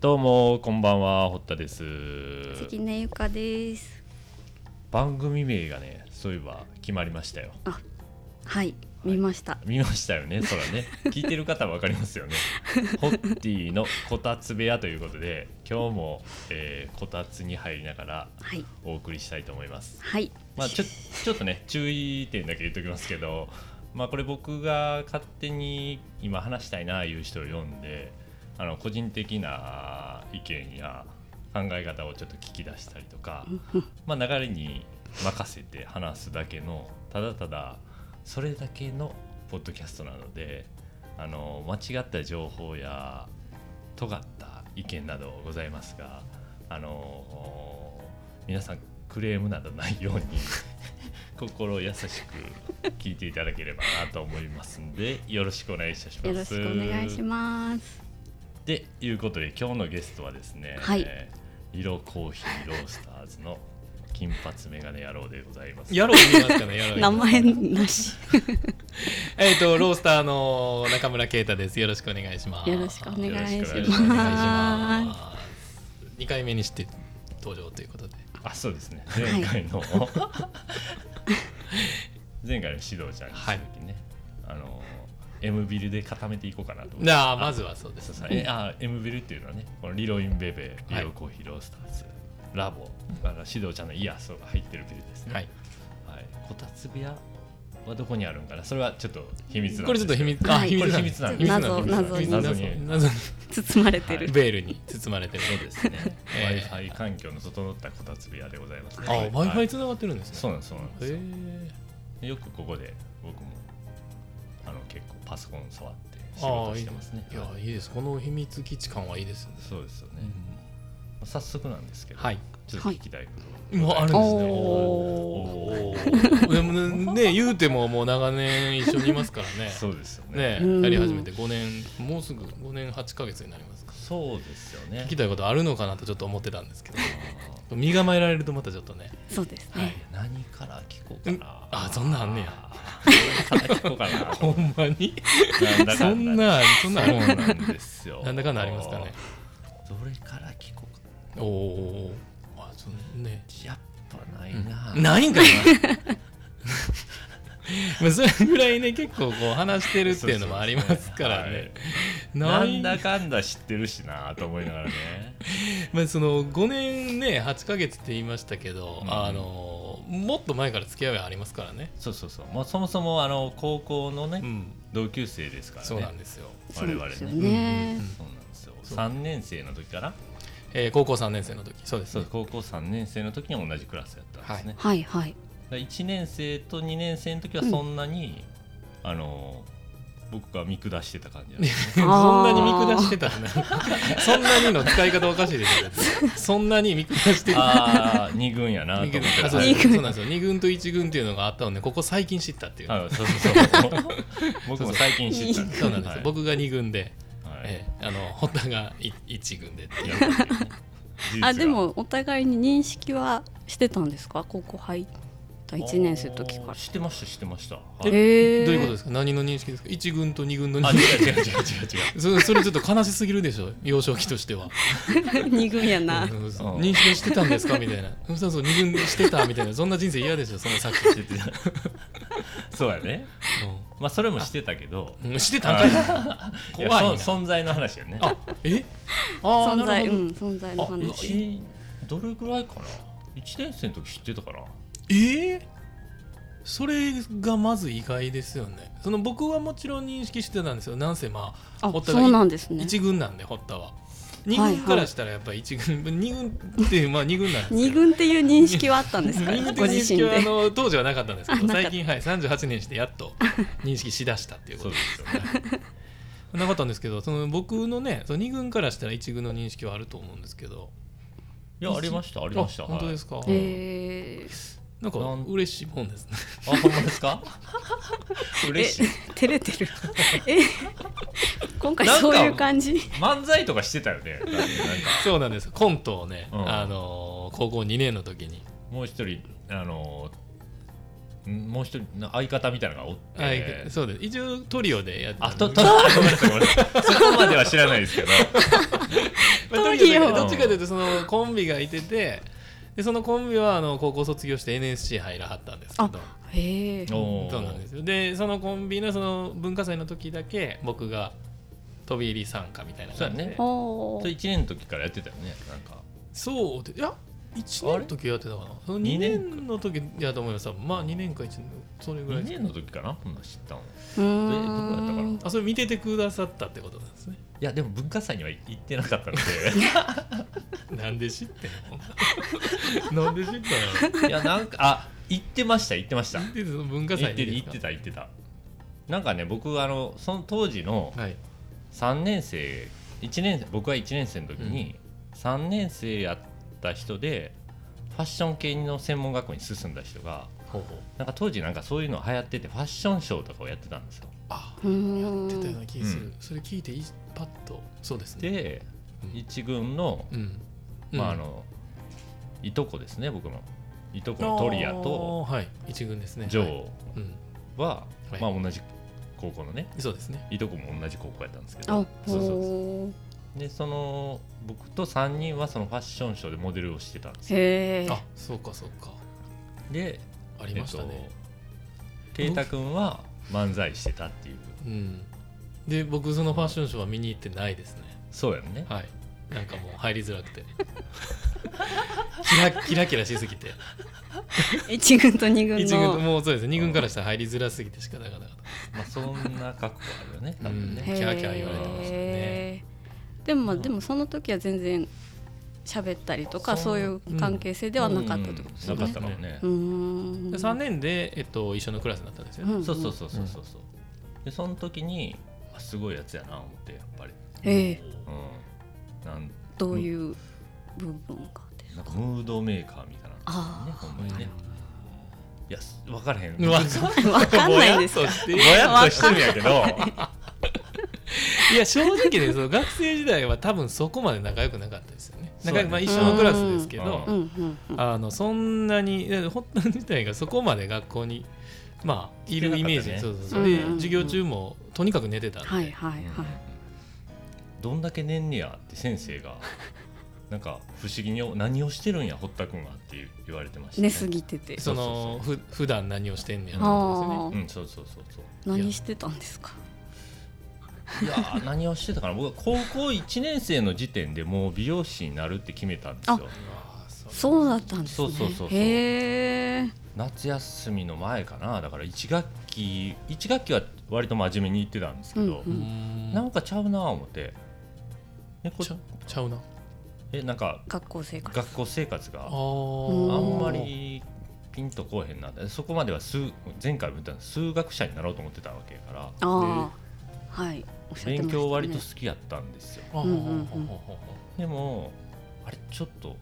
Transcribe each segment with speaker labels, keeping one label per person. Speaker 1: どうもこんばんは堀田です
Speaker 2: 関根ゆかです
Speaker 1: 番組名がねそういえば決まりましたよ
Speaker 2: はい見ました、
Speaker 1: 見ましたよねそらね聞いてる方はわかりますよねホッティのこたつ部屋ということで今日も、えーこたつに入りながら
Speaker 2: はい
Speaker 1: お送りしたいと思います
Speaker 2: はい、
Speaker 1: まあちょちょっとね注意点だけ言っときますけどまあこれ僕が勝手に今話したいなあいう人を読んであの個人的な意見や考え方をちょっと聞き出したりと か、まあ、流れに任せて話すだけのただただそれだけのポッドキャストなのであの間違った情報や尖った意見などございますがあの皆さんクレームなどない ように心優しく聞いていただければなと思いますんでよろしくお願いいたします。
Speaker 2: よろしくお願いします
Speaker 1: っていうことで今日のゲストはですね、
Speaker 2: はい
Speaker 1: えー色コーヒーロースターズの金髪メガネ野郎でございます。
Speaker 3: やろう見えますかね、やろう。
Speaker 2: 名前なし
Speaker 3: えっ、と、ロースターの中村啓太です。よろしくお願いします。
Speaker 2: よろしくお願いし
Speaker 1: よろし
Speaker 3: お
Speaker 1: くお願
Speaker 2: ます
Speaker 3: す。二回目にして登場ということで。
Speaker 1: あ、そうですね。
Speaker 2: い
Speaker 1: 前回の、前回の指導ちゃんにした時ね、あの M ビルで固めていこうかなと思って。
Speaker 3: なあ、まずはそうです
Speaker 1: そう。そうえあ M ビルっていうのはね、このリロインベベ、
Speaker 3: はい
Speaker 1: 色コーヒーロースターズ、ラボ、あの指導ちゃんのイヤーソが入ってるビルですね。
Speaker 3: はい。
Speaker 1: はい、こたつ部屋はどこにあるんかなそれはちょっと秘密なんですけど
Speaker 3: これちょっと秘密、あ、
Speaker 2: はい
Speaker 3: 秘密
Speaker 1: こ
Speaker 3: な
Speaker 1: れ秘
Speaker 3: んで
Speaker 1: 密
Speaker 3: す
Speaker 1: なん
Speaker 3: 秘密なん
Speaker 2: 謎
Speaker 3: 秘密なん
Speaker 2: 謎
Speaker 3: 秘密なん
Speaker 1: 謎に
Speaker 3: 謎に謎に
Speaker 2: 包まれてる、
Speaker 3: ベールに包まれてる。
Speaker 1: そうですね
Speaker 3: え
Speaker 1: Wi-Fi 環境の整ったこたつ部屋でございますね
Speaker 3: あ、
Speaker 1: は
Speaker 3: Wi-Fi
Speaker 1: い
Speaker 3: 繋がってるんですね。
Speaker 1: そうなんですそうなんで
Speaker 3: へ
Speaker 1: すよ
Speaker 3: え。
Speaker 1: よくここで僕もあの結構パソコン触って仕
Speaker 3: あ
Speaker 1: 事
Speaker 3: あ、い
Speaker 1: し
Speaker 3: い
Speaker 1: てますね
Speaker 3: いや
Speaker 1: は、い
Speaker 3: いいです。この秘密基地感はいいですね。
Speaker 1: そうですよね早速なんですけど
Speaker 3: はい。
Speaker 1: ちょっと聞きたいこと
Speaker 3: もうあるんですね。
Speaker 2: お
Speaker 3: おーでもね、言うてももう長年一緒にいますから ね。
Speaker 1: そうですよ
Speaker 3: ね
Speaker 1: ね
Speaker 2: うん
Speaker 3: やり始めて5年もうすぐ5年8ヶ月になりますか
Speaker 1: そうですよね
Speaker 3: 聞きたいことあるのかなとちょっと思ってたんですけど身構えられるとまたちょっとね
Speaker 2: そうです
Speaker 1: はい
Speaker 2: ね、
Speaker 1: 何から聞こうかな
Speaker 3: うんあそんなんあんねや
Speaker 1: 何から聞こうかな
Speaker 3: ほんまに
Speaker 1: なんだかんだ
Speaker 3: そんなそんな
Speaker 1: そうなんですよ。
Speaker 3: なんだかんだありますかね。
Speaker 1: どれから聞こうか。
Speaker 3: おおあそんね
Speaker 1: やっぱないな。
Speaker 3: ないんかいな まあそれぐらいね結構こう話してるっていうのもありますからね
Speaker 1: はい。な
Speaker 3: ない
Speaker 1: んだかんだ知ってるしなと思いながらね。
Speaker 3: まあ、その5年ね8ヶ月って言いましたけど、
Speaker 1: うん
Speaker 3: あのもっと前から付き合いはありますからね
Speaker 1: そうそうそう。もうそもそもあの高校の
Speaker 3: う
Speaker 1: ね
Speaker 3: ん
Speaker 1: 同級生ですからね。
Speaker 3: そうなんですよ、
Speaker 2: そう
Speaker 1: 我
Speaker 2: で
Speaker 1: 々ね
Speaker 2: すよ
Speaker 3: うんうん
Speaker 2: ね
Speaker 3: うん
Speaker 1: そうなんですよ。三年生の時かな。
Speaker 3: えー高校3年生の時そうです
Speaker 1: そ
Speaker 3: ね
Speaker 1: う高校三年生の時に同じクラスやったんですね。
Speaker 2: はいはい
Speaker 1: だから一年生と二年生の時はそんなに、あの僕が見下してた感じなんですね。
Speaker 3: そんなに見下してたらね そんなにの使い方おかしいでしょそんなに見下してた
Speaker 1: ああ二軍やなと思っ
Speaker 3: 二
Speaker 1: て
Speaker 3: 軍
Speaker 1: た。
Speaker 3: そう
Speaker 2: 二軍
Speaker 3: そうなんですよ2軍と1軍っていうのがあったのでここ最近知ったっていう、
Speaker 1: あそうそうそう僕も最近知った
Speaker 3: そうなんですよ、
Speaker 1: はい
Speaker 3: 僕が2軍で、
Speaker 1: はい
Speaker 3: えーあの堀田が1軍でっていう
Speaker 2: あでもお互いに認識はしてたんですか高校入った一年生の時から
Speaker 1: 知ってました知ってましたは
Speaker 2: え
Speaker 1: い
Speaker 2: ー
Speaker 3: どういうことですか何の認識ですか1軍と2軍の認
Speaker 1: あ違う
Speaker 3: 識
Speaker 1: 違う違う違う違
Speaker 3: そそれちょっと悲しすぎるでしょ幼少期としては
Speaker 2: 二軍や
Speaker 3: う
Speaker 2: なん
Speaker 3: 認識してたんですかみ たいなそうそう二軍してたみたいなそんな人生嫌でしょその先、
Speaker 1: う知ってたそうやねまあそれもしてたけど
Speaker 3: うん、してたんかい
Speaker 1: いや
Speaker 3: 怖いな
Speaker 1: そ存在の話やね
Speaker 3: あ えあー
Speaker 2: 存在う
Speaker 3: なるほど
Speaker 2: ん存在の
Speaker 1: あ
Speaker 2: 話
Speaker 1: 一どれぐらいかな一年生の時知ってたかな
Speaker 3: えーそれがまず意外ですよねその僕はもちろん認識してたんですよなんせまあ
Speaker 2: あ
Speaker 3: 堀田が
Speaker 2: そうなんですね
Speaker 3: 1軍なんで堀田
Speaker 2: は
Speaker 3: は
Speaker 2: い
Speaker 3: 2軍からしたらやっぱり1軍2軍 ってまあ2軍なんですけど
Speaker 2: 二軍っていう認識はあったんですか
Speaker 3: 認識
Speaker 2: ご自身で
Speaker 3: はあの当時はなかったんですけ
Speaker 2: あ
Speaker 3: ど
Speaker 2: なかった
Speaker 3: 最近はい38年してやっと認識しだしたっていうこ
Speaker 1: そ
Speaker 3: と
Speaker 1: う
Speaker 3: で
Speaker 1: ですよね
Speaker 3: なかったんですけどその僕のねその2軍からしたら1軍の認識はあると思うんですけど
Speaker 1: いやありましたありました
Speaker 3: あ本当ですすか、
Speaker 2: えー
Speaker 3: なんか
Speaker 1: なん
Speaker 3: 嬉しいもんですね
Speaker 1: あほんまですか 嬉しい
Speaker 2: え照れてる え今回
Speaker 1: なんか
Speaker 2: そういう感じ
Speaker 1: 漫才とかしてたよねだってなんか
Speaker 3: そうなんですコントをね、
Speaker 1: うん
Speaker 3: あのー高校2年の時に、
Speaker 1: もう一人あのんもう一人な相方みたいなのがおって
Speaker 3: はいそうです一応トリオでやってた
Speaker 1: あととごめんなさいごめんなさいそこまでは知らないですけど
Speaker 3: まあ
Speaker 2: ト
Speaker 3: と
Speaker 2: リオ
Speaker 3: にかくねどっちかというとそのコンビがいててでそのコンビはあの高校卒業して NSC 入らはったんですけど
Speaker 2: へえ
Speaker 1: おー
Speaker 3: そうなんですよでそのコンビのその文化祭の時だけ僕が飛び入り参加みたいな感じで
Speaker 1: そうやね
Speaker 2: お
Speaker 1: それ
Speaker 2: ー
Speaker 1: 1年の時からやってたよねなんか
Speaker 3: そうでいや1年の時やってたかなその2年の時やと思いますまあ2年か1年それぐら
Speaker 1: 2
Speaker 3: いです
Speaker 1: 年の時かなこんなん知ったのいうどこやったか
Speaker 2: ー
Speaker 1: なん
Speaker 3: あそれ見ててくださったってことなんですね
Speaker 1: やでも文化祭には行ってなかったの
Speaker 3: なんで知ってんの なんで知ったの
Speaker 1: で いやなんかあ行ってました行ってました
Speaker 3: でその文化
Speaker 1: 行
Speaker 3: 祭
Speaker 1: って
Speaker 3: に
Speaker 1: 行ってた行ってたなんかね僕あのその当時の
Speaker 3: はい
Speaker 1: 3年生1年僕は1年生の時に3年生やった人でファッション系の専門学校に進んだ人が
Speaker 3: ほうほう
Speaker 1: なんか当時なんかそういうの流行っててファッションショーとかをやってたんですよ
Speaker 3: あ
Speaker 2: うーん
Speaker 3: 出たような気がする、
Speaker 1: うん
Speaker 3: それ聞いていいパッとそうですね
Speaker 1: で
Speaker 3: うん
Speaker 1: 一軍の
Speaker 3: うん
Speaker 1: まああ
Speaker 3: うん
Speaker 1: のいとこですね僕のいとこのトリアと
Speaker 3: あーはい一軍ですね
Speaker 1: ジョ
Speaker 3: はい
Speaker 1: ー
Speaker 3: うん
Speaker 1: は
Speaker 3: はい
Speaker 1: まあ同じ高校のね
Speaker 3: そうですね
Speaker 1: いとこも同じ高校やったんですけ
Speaker 2: あ
Speaker 1: どそうそうそう
Speaker 2: ほ
Speaker 1: でその僕と3人はそのファッションショーでモデルをしてたんです
Speaker 2: ー
Speaker 1: よ
Speaker 2: へえ
Speaker 3: あそうかそうか
Speaker 1: で
Speaker 3: ありましたね、
Speaker 1: えっと、圭太君は漫才してたっていう
Speaker 3: うんで僕そのファッションショーは見に行ってないですね
Speaker 1: そうやんね
Speaker 3: はいなんかもう入りづら くてキラキラキラしすぎて
Speaker 2: 一軍と二軍
Speaker 3: 一軍
Speaker 2: の
Speaker 3: もうそうですね2軍からしたら入りづらすぎてしかなかなかった
Speaker 1: まあそんな格好あるよね多分ね
Speaker 3: キャーキャー言われてましたね
Speaker 2: へーでもまあ
Speaker 1: うん
Speaker 2: でもその時は全然喋ったりとか
Speaker 1: そ
Speaker 2: そうういう関係性ではなかったってことです
Speaker 1: う
Speaker 2: よ
Speaker 1: んなかっ
Speaker 2: ね
Speaker 1: たもんね
Speaker 2: うーん
Speaker 3: で3年で、えっと、一緒のクラスになったんですよね、
Speaker 2: ん
Speaker 1: そうそうそうそうそうそうでその時にあすごいやつやな思ってやっぱり
Speaker 2: ええ
Speaker 1: うんなん
Speaker 2: どういう部分かです
Speaker 1: なんかムードメーカーみたいな
Speaker 2: あ
Speaker 1: ね
Speaker 2: ー
Speaker 1: ほんまにねいや分からへん
Speaker 3: うわ
Speaker 2: わかんない です
Speaker 3: ぼやっとして
Speaker 1: ぼやっとしてるんやけど
Speaker 3: いや正直ねその学生時代は多分そこまで仲良くなかったですよね
Speaker 1: そうだね
Speaker 3: 仲良くまあ一緒のクラスですけ
Speaker 1: うん
Speaker 3: ど
Speaker 2: うんうんうん
Speaker 3: あのそんなにいやホッタン自体がそこまで学校にまあいるイメージ、
Speaker 1: 来て
Speaker 3: そ
Speaker 1: な
Speaker 3: う
Speaker 1: か
Speaker 3: そう
Speaker 2: た
Speaker 3: そう
Speaker 2: ね
Speaker 3: で
Speaker 2: うんうんうん
Speaker 3: 授業中もとにかく寝てたんで、
Speaker 2: はいはい
Speaker 1: うん
Speaker 2: はい
Speaker 1: どんだけ寝んねやって先生 がなんか不思議に何をしてるんや堀田君はって言われてました、
Speaker 2: 寝すぎてて
Speaker 3: そのふ普段何をしてんねやろうとか
Speaker 2: あ
Speaker 1: うんそうそうそうそう
Speaker 2: あ何してたんですか
Speaker 1: いやー 何をしてたかな僕は高校1年生の時点でもう美容師になるって決めたんですよ
Speaker 3: ですよね
Speaker 2: そうだったんです
Speaker 1: そ
Speaker 2: ね
Speaker 1: うそうそうそう
Speaker 2: へえ
Speaker 1: 夏休みの前かなだから1学期1学期は割と真面目に行ってたんですけど、
Speaker 2: うん
Speaker 3: うーん
Speaker 1: なんかちゃうなー思ってえこ
Speaker 3: ちゃちゃうな
Speaker 1: えなんか
Speaker 2: 学校生活
Speaker 1: 学校生活が
Speaker 3: あ
Speaker 1: あ
Speaker 3: ー
Speaker 1: んまりピンとこうへんなってそこまでは数前回も言ったんです数学者になろうと思ってたわけやから
Speaker 2: ああはいおっしゃってましたね
Speaker 1: 勉強割と好きやったんですよ、
Speaker 3: あー
Speaker 2: うんうんうん
Speaker 1: でもあれちょっと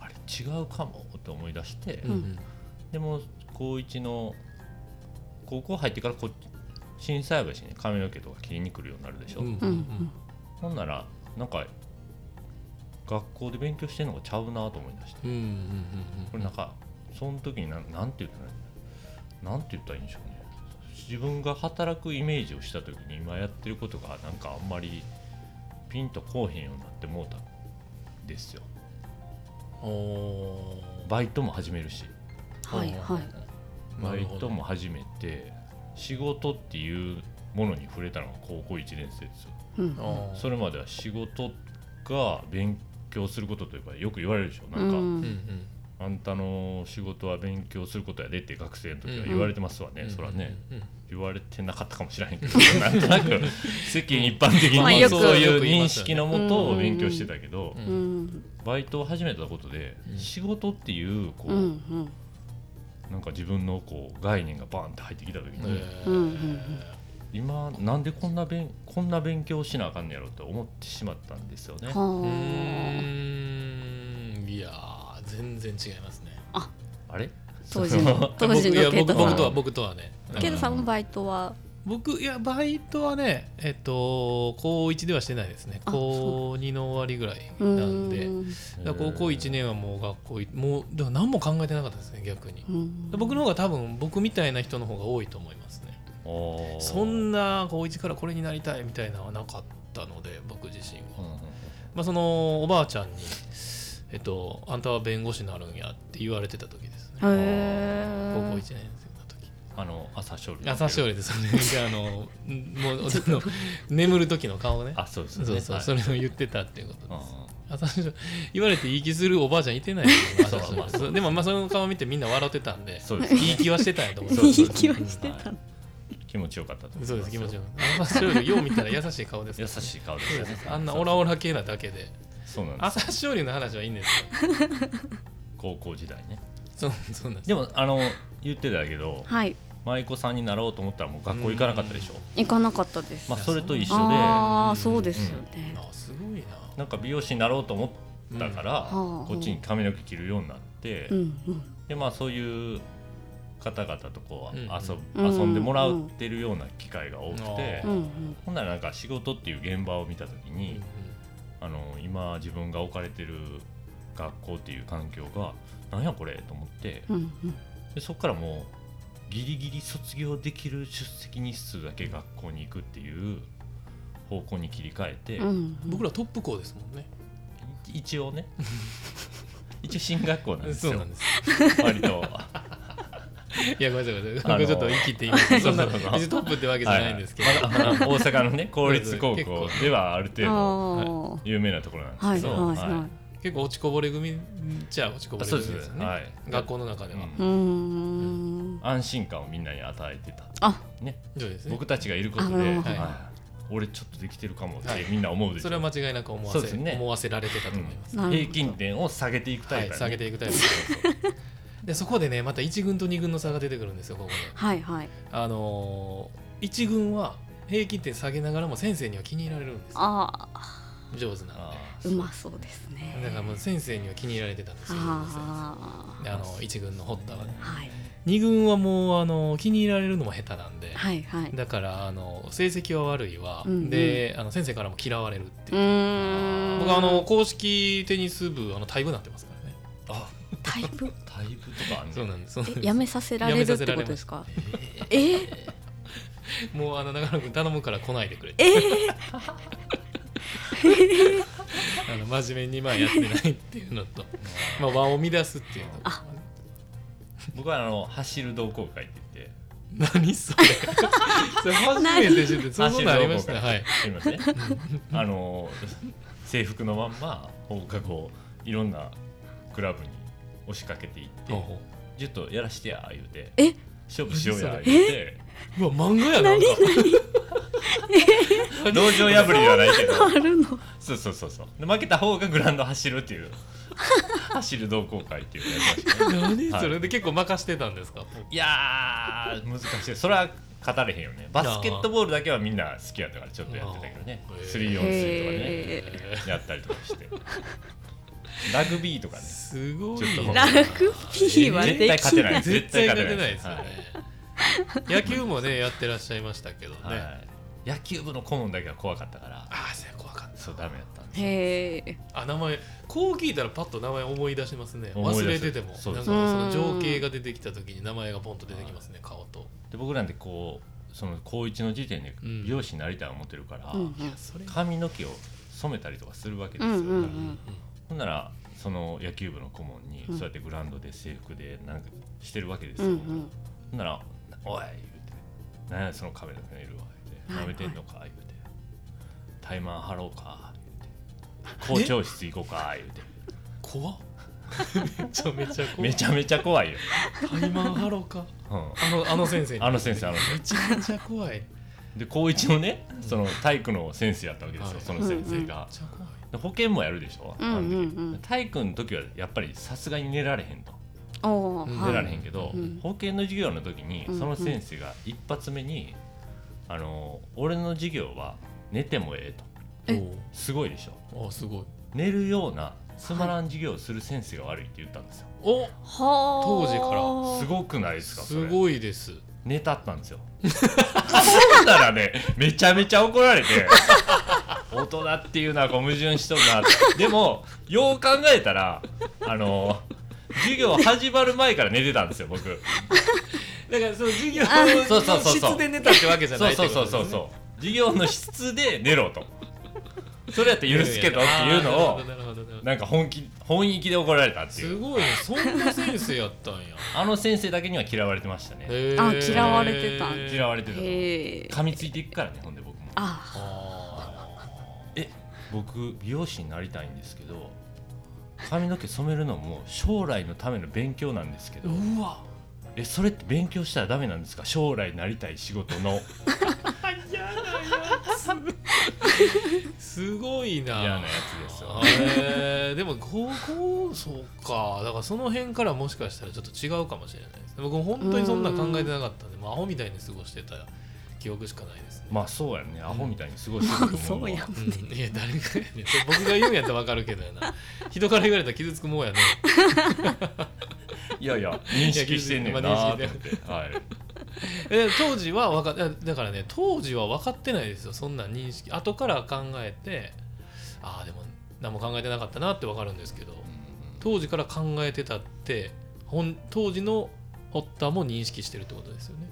Speaker 1: あれ違うかもって思い出して、
Speaker 3: うんうん
Speaker 1: でも高1の高校入ってからこ震災橋に髪の毛とか切りに来るようになるでしょ、
Speaker 3: うん
Speaker 2: う
Speaker 3: うん
Speaker 2: うんん
Speaker 1: ほんならなんか学校で勉強してんのがちゃうなと思い出して
Speaker 3: うんうんうん
Speaker 1: これなんかその時になんなんて言ったらいいなんて言ったらいいんでしょうね自分が働くイメージをした時に今やってることがなんかあんまりピンとこうへんようになってもうたんですよ
Speaker 3: おー
Speaker 1: バイトも始めるし
Speaker 2: はいはい
Speaker 1: バイト
Speaker 3: なる
Speaker 1: も始めて仕事っていうものに触れたのが高校1年生ですよ
Speaker 2: うん
Speaker 3: ほどあー
Speaker 1: それまでは仕事が勉強することというかよく言われるでしょなんか、
Speaker 3: うん
Speaker 2: ん
Speaker 3: うん
Speaker 1: あんたの仕事は勉強することやでって学生の時は言われてますわね、そらね、
Speaker 3: うんうんうん
Speaker 1: 言われてなかったかもしれへんけど なんとなく世間一般的
Speaker 2: まあ
Speaker 1: に
Speaker 2: よく
Speaker 1: そういう認識のもとを勉強してたけど
Speaker 3: うん
Speaker 2: うん
Speaker 1: バイトを始めたことで
Speaker 3: うん
Speaker 1: 仕事っていうこ
Speaker 2: うんう
Speaker 1: うんなんか自分のこう概念がバンって入ってきた時
Speaker 3: うん
Speaker 1: に
Speaker 2: うんうん
Speaker 1: 今なんでこんな勉こんな勉強しなあかんねやろって思ってしまったんですよね。
Speaker 3: う
Speaker 2: は
Speaker 3: ーんいやー全然違いますね
Speaker 1: あれ
Speaker 2: 当時 の当時
Speaker 3: いや
Speaker 2: のケイ
Speaker 3: 僕
Speaker 2: タ
Speaker 3: 僕と
Speaker 2: さん
Speaker 3: は僕とはね
Speaker 2: ケイタさんもバイトは
Speaker 3: 僕いやバイトはねえっと高1ではしてないですね
Speaker 2: あ
Speaker 3: 高2の終わりぐらいうなんで
Speaker 2: ん
Speaker 3: だから高校1年はもう学校いもうだから何も考えてなかったですね逆に
Speaker 2: うん
Speaker 3: で僕の方が多分僕みたいな人の方が多いと思いますね
Speaker 1: おー
Speaker 3: そんな高1からこれになりたいみたいなのはなかったので僕自身
Speaker 1: うんうんうん
Speaker 3: はまあ、そのおばあちゃんに、えっと「あんたは弁護士になるんや」って言われてた時ですね
Speaker 2: へえ
Speaker 3: 高校1年生の時
Speaker 1: あの朝勝利
Speaker 3: 朝勝利ですね であのもうちょっと眠る時の顔ね
Speaker 1: あそうですよ
Speaker 3: そう
Speaker 1: ね
Speaker 3: そうそう、そ
Speaker 1: れ
Speaker 3: れを言ってたっていうことです朝青龍言われていい気するおばあちゃんいてないよ
Speaker 1: そう
Speaker 3: 朝青龍そうでもまあその顔見てみんな笑ってたんで
Speaker 1: そう ですね
Speaker 3: いい気はしてたんやと思う
Speaker 1: そうそう
Speaker 2: いい気はしてたの
Speaker 1: 気持ちよかったと思います
Speaker 3: そうです気持ちよかった朝青龍よう見たら優しい顔です
Speaker 1: 優しい顔です
Speaker 3: そう
Speaker 1: よ
Speaker 3: で
Speaker 1: ね
Speaker 3: すあんなオラオラ系なだけで
Speaker 1: そうなんです
Speaker 3: 朝青龍の話はいいんです
Speaker 1: 高校時代ね
Speaker 3: よそうそうなんです
Speaker 1: でもあ の言ってたけど
Speaker 2: はい
Speaker 1: 舞妓さんになろうと思ったらもう学校行かなかったでしょ
Speaker 2: 行かなかったです
Speaker 1: まあそれと一緒で
Speaker 2: ああそうですよね
Speaker 3: あすごいな
Speaker 1: なんか美容師になろうと思ったから、
Speaker 2: うん
Speaker 1: こっちに髪の毛切るようになって、
Speaker 2: うんうん
Speaker 1: でまあそういう方々とこう遊,、
Speaker 2: うんうん
Speaker 1: 遊んでもらってるような機会が多くて、
Speaker 2: うんうん
Speaker 1: ほんならなんか仕事っていう現場を見た時
Speaker 3: うんう
Speaker 1: に
Speaker 3: ん、
Speaker 1: あの今自分が置かれてる学校っていう環境がなんやこれと思って
Speaker 2: うんうん
Speaker 1: でそこからもうギリギリ卒業できる出席日数だけ学校に行くっていう方向に切り替えて、
Speaker 2: うん
Speaker 3: 僕らトップ校ですもんね
Speaker 1: 一応ね 一応進学校なんです
Speaker 3: そう
Speaker 1: よ
Speaker 3: なんです
Speaker 1: 割 と。
Speaker 3: いやごめんなさいごめんな
Speaker 1: あ
Speaker 3: さ
Speaker 1: の
Speaker 3: いちょっと生きていませんそんな
Speaker 1: そうそうそう
Speaker 3: 別にトップってわけじゃないんですけど
Speaker 1: はいはいまだあの大阪のね公立高
Speaker 3: 結構
Speaker 1: 校ではある程
Speaker 2: あ
Speaker 1: 度
Speaker 2: あ
Speaker 1: 有名なところなんです
Speaker 2: は
Speaker 1: け
Speaker 2: い
Speaker 1: ど、
Speaker 2: はい
Speaker 1: は
Speaker 2: はい
Speaker 3: 結構落ちこぼれ組じゃあ落ちこぼ
Speaker 1: あ
Speaker 3: れ
Speaker 1: そう
Speaker 3: 組
Speaker 1: で
Speaker 3: です
Speaker 1: す
Speaker 3: よ
Speaker 1: ね、は
Speaker 3: ね
Speaker 1: い、
Speaker 3: 学校の中では、
Speaker 1: うん
Speaker 2: い。うーん。
Speaker 1: 安心感をみんなに与えてた、
Speaker 2: あ、
Speaker 1: ね、
Speaker 3: そうですね
Speaker 1: 僕たちがいることで、
Speaker 2: あなる
Speaker 3: ほど
Speaker 1: はい俺ちょっとできてるかもって
Speaker 3: はい
Speaker 1: みんな思うでしょ
Speaker 3: それは間違いなく思わ
Speaker 1: そうで
Speaker 3: せ,、
Speaker 1: すね
Speaker 3: 思わせられてたと思います、
Speaker 2: なるほど
Speaker 1: 平均点を下げていくタ
Speaker 3: は
Speaker 1: イ
Speaker 3: い
Speaker 1: プ、
Speaker 3: 下げていくタイプ
Speaker 1: そうそう
Speaker 3: でそこでねまた1軍と2軍の差が出てくるんですよここで
Speaker 2: はいはい。
Speaker 3: あのー、1軍は平均点下げながらも先生には気に入られるんですよ
Speaker 2: ああ、
Speaker 3: 上手なの
Speaker 1: あー
Speaker 2: うまそうですね。
Speaker 3: だからもう先生には気に入られてたんですよいろんな先
Speaker 2: あ
Speaker 3: 生であの1軍の堀田はね
Speaker 2: あ、はい
Speaker 3: 2軍はもう、あの気に入られるのも下手なんで、
Speaker 2: はいはい。
Speaker 3: だから、あの成績は悪いわ、
Speaker 2: うんうん
Speaker 3: であの先生からも嫌われるって
Speaker 2: う
Speaker 3: いう、
Speaker 2: ーん。
Speaker 3: 僕はあの公式テニス部あの退部になってますからね
Speaker 1: あ
Speaker 2: タイプ
Speaker 1: タイプとかあんね
Speaker 3: そうなんですそうなんです
Speaker 2: えやめさせられるってことですか。えー
Speaker 3: もうあの長野君頼むから来ないでくれ
Speaker 2: え
Speaker 3: て
Speaker 2: ー
Speaker 3: あの真面目にまあやってないっていうのとまあ輪を乱すっていうの
Speaker 2: あ
Speaker 1: 僕はあの走る同好会って言って
Speaker 3: 何それ それ初めて知ってそんな
Speaker 1: 走る
Speaker 3: のあり
Speaker 1: 同
Speaker 3: ま
Speaker 1: 好
Speaker 3: した
Speaker 1: 会
Speaker 3: はい
Speaker 1: すいませんあの制服のまんま放課後いろんなクラブに押しかけていって
Speaker 3: ほうほ
Speaker 1: 「ちょっとやらしてや」言うて
Speaker 2: え
Speaker 1: 勝負しようや」
Speaker 3: 何
Speaker 1: 言うて
Speaker 3: ううわ漫画やなんか
Speaker 1: 道場破りではないけど
Speaker 2: あるの。
Speaker 1: そうそうそうそうで負けた方がグラウンド走るっていう走る同好会っていうのやりましたね
Speaker 3: 何そ
Speaker 1: は
Speaker 3: れ
Speaker 1: い
Speaker 3: で結構任してたんですか
Speaker 1: いやー難しいそれは勝たれへんよねバスケットボールだけはみんな好きやったからちょっとやってたけどね
Speaker 3: あー
Speaker 1: 3on3 とかね
Speaker 2: へー
Speaker 1: やったりとかしてラグビーとかね
Speaker 3: すご
Speaker 1: ちょっ
Speaker 3: い
Speaker 1: と
Speaker 3: な
Speaker 2: ラグビーは
Speaker 1: 絶対
Speaker 2: で
Speaker 1: 勝て
Speaker 2: き
Speaker 1: ない
Speaker 2: ない。
Speaker 3: 絶対勝てないですよ
Speaker 1: は
Speaker 3: ね野球もねやってらっしゃいましたけどね
Speaker 1: はい、野球部の顧問だけは怖かったから
Speaker 3: ああそれ怖かった
Speaker 1: そうダメだったんですよ
Speaker 2: へえ。
Speaker 3: あ名前こう聞いたらパッと名前思い出しますね
Speaker 1: 思い出
Speaker 3: 忘
Speaker 1: す
Speaker 3: れてても
Speaker 1: そう
Speaker 3: な
Speaker 1: で
Speaker 3: んか
Speaker 1: す
Speaker 3: その情景が出てきた時に名前がポンと出てきますね顔と
Speaker 1: で僕なんてこうその高1の時点で
Speaker 3: うん
Speaker 1: 美容師になりたいと思ってるから、
Speaker 2: うんうん
Speaker 3: それ
Speaker 1: 髪の毛を染めたりとかするわけで
Speaker 2: う
Speaker 1: す
Speaker 2: ん
Speaker 1: よ、
Speaker 2: うんうん。
Speaker 1: ほんならその野球部の顧問に
Speaker 2: うん
Speaker 1: そうやってグラウンドで制服でなんかしてるわけです
Speaker 2: う
Speaker 1: よ、
Speaker 2: んうん。
Speaker 1: ほんなら「おい!」言うて「何やそのカメラのいるわ」言う
Speaker 2: は
Speaker 1: て「舐
Speaker 2: い
Speaker 1: めてんのか?」言うて「タイマン張ろうか?」言うて「校長室行こうか?」言う て
Speaker 3: 怖っ めちゃめちゃ怖い
Speaker 1: めちゃめちゃ怖いよ、
Speaker 3: タイマンハローか
Speaker 1: うん
Speaker 3: あのあの先生に
Speaker 1: あの先生あの先
Speaker 3: めちゃめちゃ怖いめっ
Speaker 1: 生で高一のねその体育の先生やったわけですよ、
Speaker 3: はい
Speaker 1: その先生が、
Speaker 3: ちゃ怖い
Speaker 1: で保健もやるでしょ、
Speaker 2: うんうんう
Speaker 1: あ
Speaker 2: ん
Speaker 1: の時体育の時はやっぱりさすがに寝られへんと
Speaker 2: おお。
Speaker 3: うん
Speaker 1: 出
Speaker 2: は
Speaker 1: ら
Speaker 2: い。
Speaker 1: れへんけど、
Speaker 2: うん
Speaker 1: 保健の授業の時に
Speaker 2: うん
Speaker 1: その先生が一発目に「あの俺の授業は寝てもええ」と
Speaker 2: え
Speaker 1: 「すごいでしょ
Speaker 3: おおすごい
Speaker 1: 寝るようなつまらん授業をする先生が悪い」って言ったんですよ、
Speaker 3: お
Speaker 2: はあ。
Speaker 3: 当時から
Speaker 1: すごくないですかそ
Speaker 3: す
Speaker 1: れ
Speaker 3: ごいです
Speaker 1: 寝たったんですよそうならねめちゃめちゃ怒ら れて大人っていうのはこう矛盾しとるなってでもよう考えたらあの授業始まる前から寝てたんですよ僕
Speaker 3: だからその授業
Speaker 2: あ
Speaker 1: そうそうそうそう
Speaker 3: の質で寝たってわけじゃ
Speaker 1: そ
Speaker 3: な
Speaker 1: う
Speaker 3: いって
Speaker 1: そう
Speaker 3: こと
Speaker 1: そうそう
Speaker 3: ですね
Speaker 1: そう授業の質で寝ろとそれやって許すけどっていうのを
Speaker 3: あーなるほどなるほどなるほど
Speaker 1: なんか本気本意気で怒られたってい
Speaker 3: す
Speaker 1: う
Speaker 3: ごいねそんな先生やったんや
Speaker 1: あの先生だけには嫌われてましたね
Speaker 3: へー
Speaker 2: あ嫌われてたん
Speaker 1: 嫌われてたと思う
Speaker 2: へえ
Speaker 1: 噛みついていくからねほんで僕も
Speaker 2: あ
Speaker 3: あ
Speaker 1: え僕美容師になりたいんですけど髪の毛染めるのも将来のための勉強なんですけど
Speaker 3: ーうわ
Speaker 1: えそれって勉強したらダメなんですか将来なりたい仕事の
Speaker 3: すごいな
Speaker 1: 嫌なやつですよ
Speaker 3: あれでも高校そうかだからその辺からもしかしたらちょっと違うかもしれないです僕本当にそんな考えてなかったんでもうアホみたいに過ごしてた記憶しかないですね、
Speaker 1: まあそうやんねアホみたいに過ごしてる と思うわ
Speaker 2: そうやん
Speaker 3: うん、いや誰かやねん僕が言うんやったらわかるけどやな人から言われたら傷つくもんやね
Speaker 1: いやいや認識してんねんなーと思って、はい、
Speaker 3: え当時はわかえだからね当時は分かってないですよそんな認識後から考えてああでも何も考えてなかったなって分かるんですけど当時から考えてたってほん当時の堀田も認識してるってことですよね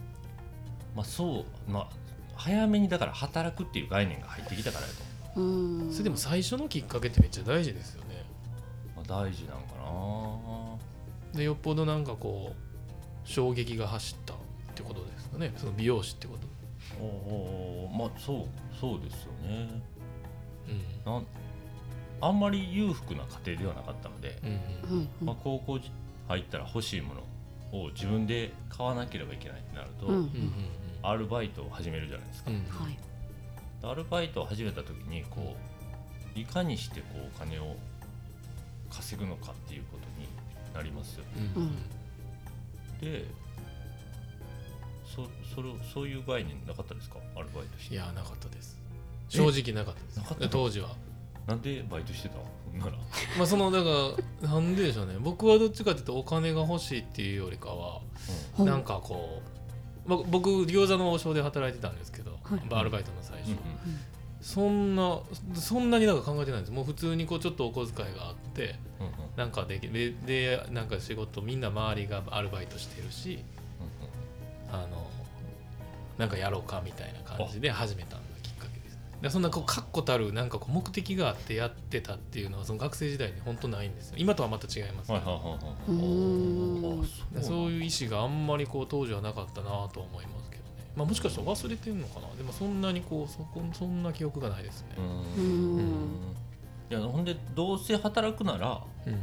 Speaker 1: まあそうまあ早めにだから働くっていう概念が入ってきたからやと
Speaker 2: あうん
Speaker 3: それでも最初のきっかけってめっちゃ大事ですよね
Speaker 1: 思う、まあ、大事なんかな
Speaker 3: でよっぽどなんかこう衝撃が走ったってことですかねその美容師ってこと
Speaker 1: おおまあそうそうですよね
Speaker 3: うん
Speaker 1: なんあんまり裕福な家庭ではなかったので、
Speaker 3: うんうん
Speaker 2: うんう
Speaker 1: まあ
Speaker 2: ん、
Speaker 1: 高校じ入ったら欲しいものを自分で買わなければいけないってなると、
Speaker 2: うんう
Speaker 3: うんうん
Speaker 2: ん
Speaker 1: アルバイトを始めるじゃないですか
Speaker 3: うんうん
Speaker 2: はい
Speaker 1: アルバイトを始めた時にこういかにしてこうお金を稼ぐのかっていうことになりますよね
Speaker 3: うんうん
Speaker 1: でそそれをそういう概念なかったですかアルバイトし
Speaker 3: い
Speaker 1: て
Speaker 3: やなかったです正直なかったです
Speaker 1: なかったの
Speaker 3: 当時は
Speaker 1: なんでバイトしてたほんなら
Speaker 3: まあそのだからなんででしょうね僕はどっちかっていうとお金が欲しいっていうよりかは
Speaker 2: うん
Speaker 3: なんかこう、まあ、僕餃子の王将で働いてたんですけど、
Speaker 2: はい
Speaker 3: アルバイトの最初、
Speaker 1: う
Speaker 3: そんなそんなになんか考えてないんですもう普通にこうちょっとお小遣いがあって
Speaker 1: んうんうんうんうん
Speaker 3: なんかできででなんか仕事みんな周りがアルバイトしてるしあのなんかやろうかみたいな感じで始めたのがきっかけですでそんなこう確固たるなんかこう目的があってやってたっていうのはその学生時代に本当ないんですよ今とはまた違いますけ
Speaker 1: はいはい
Speaker 3: ど、
Speaker 1: はいはい
Speaker 2: うーん
Speaker 1: あそうな
Speaker 3: で
Speaker 1: んだ
Speaker 3: そういう意思があんまりこう当時はなかったなと思いますけどね、まあ、もしかしたら忘れてるのかなでもそんなにこうそこそんな記憶がないですね
Speaker 1: う、
Speaker 2: うんん
Speaker 1: いやほんでどうせ働くなら
Speaker 3: うん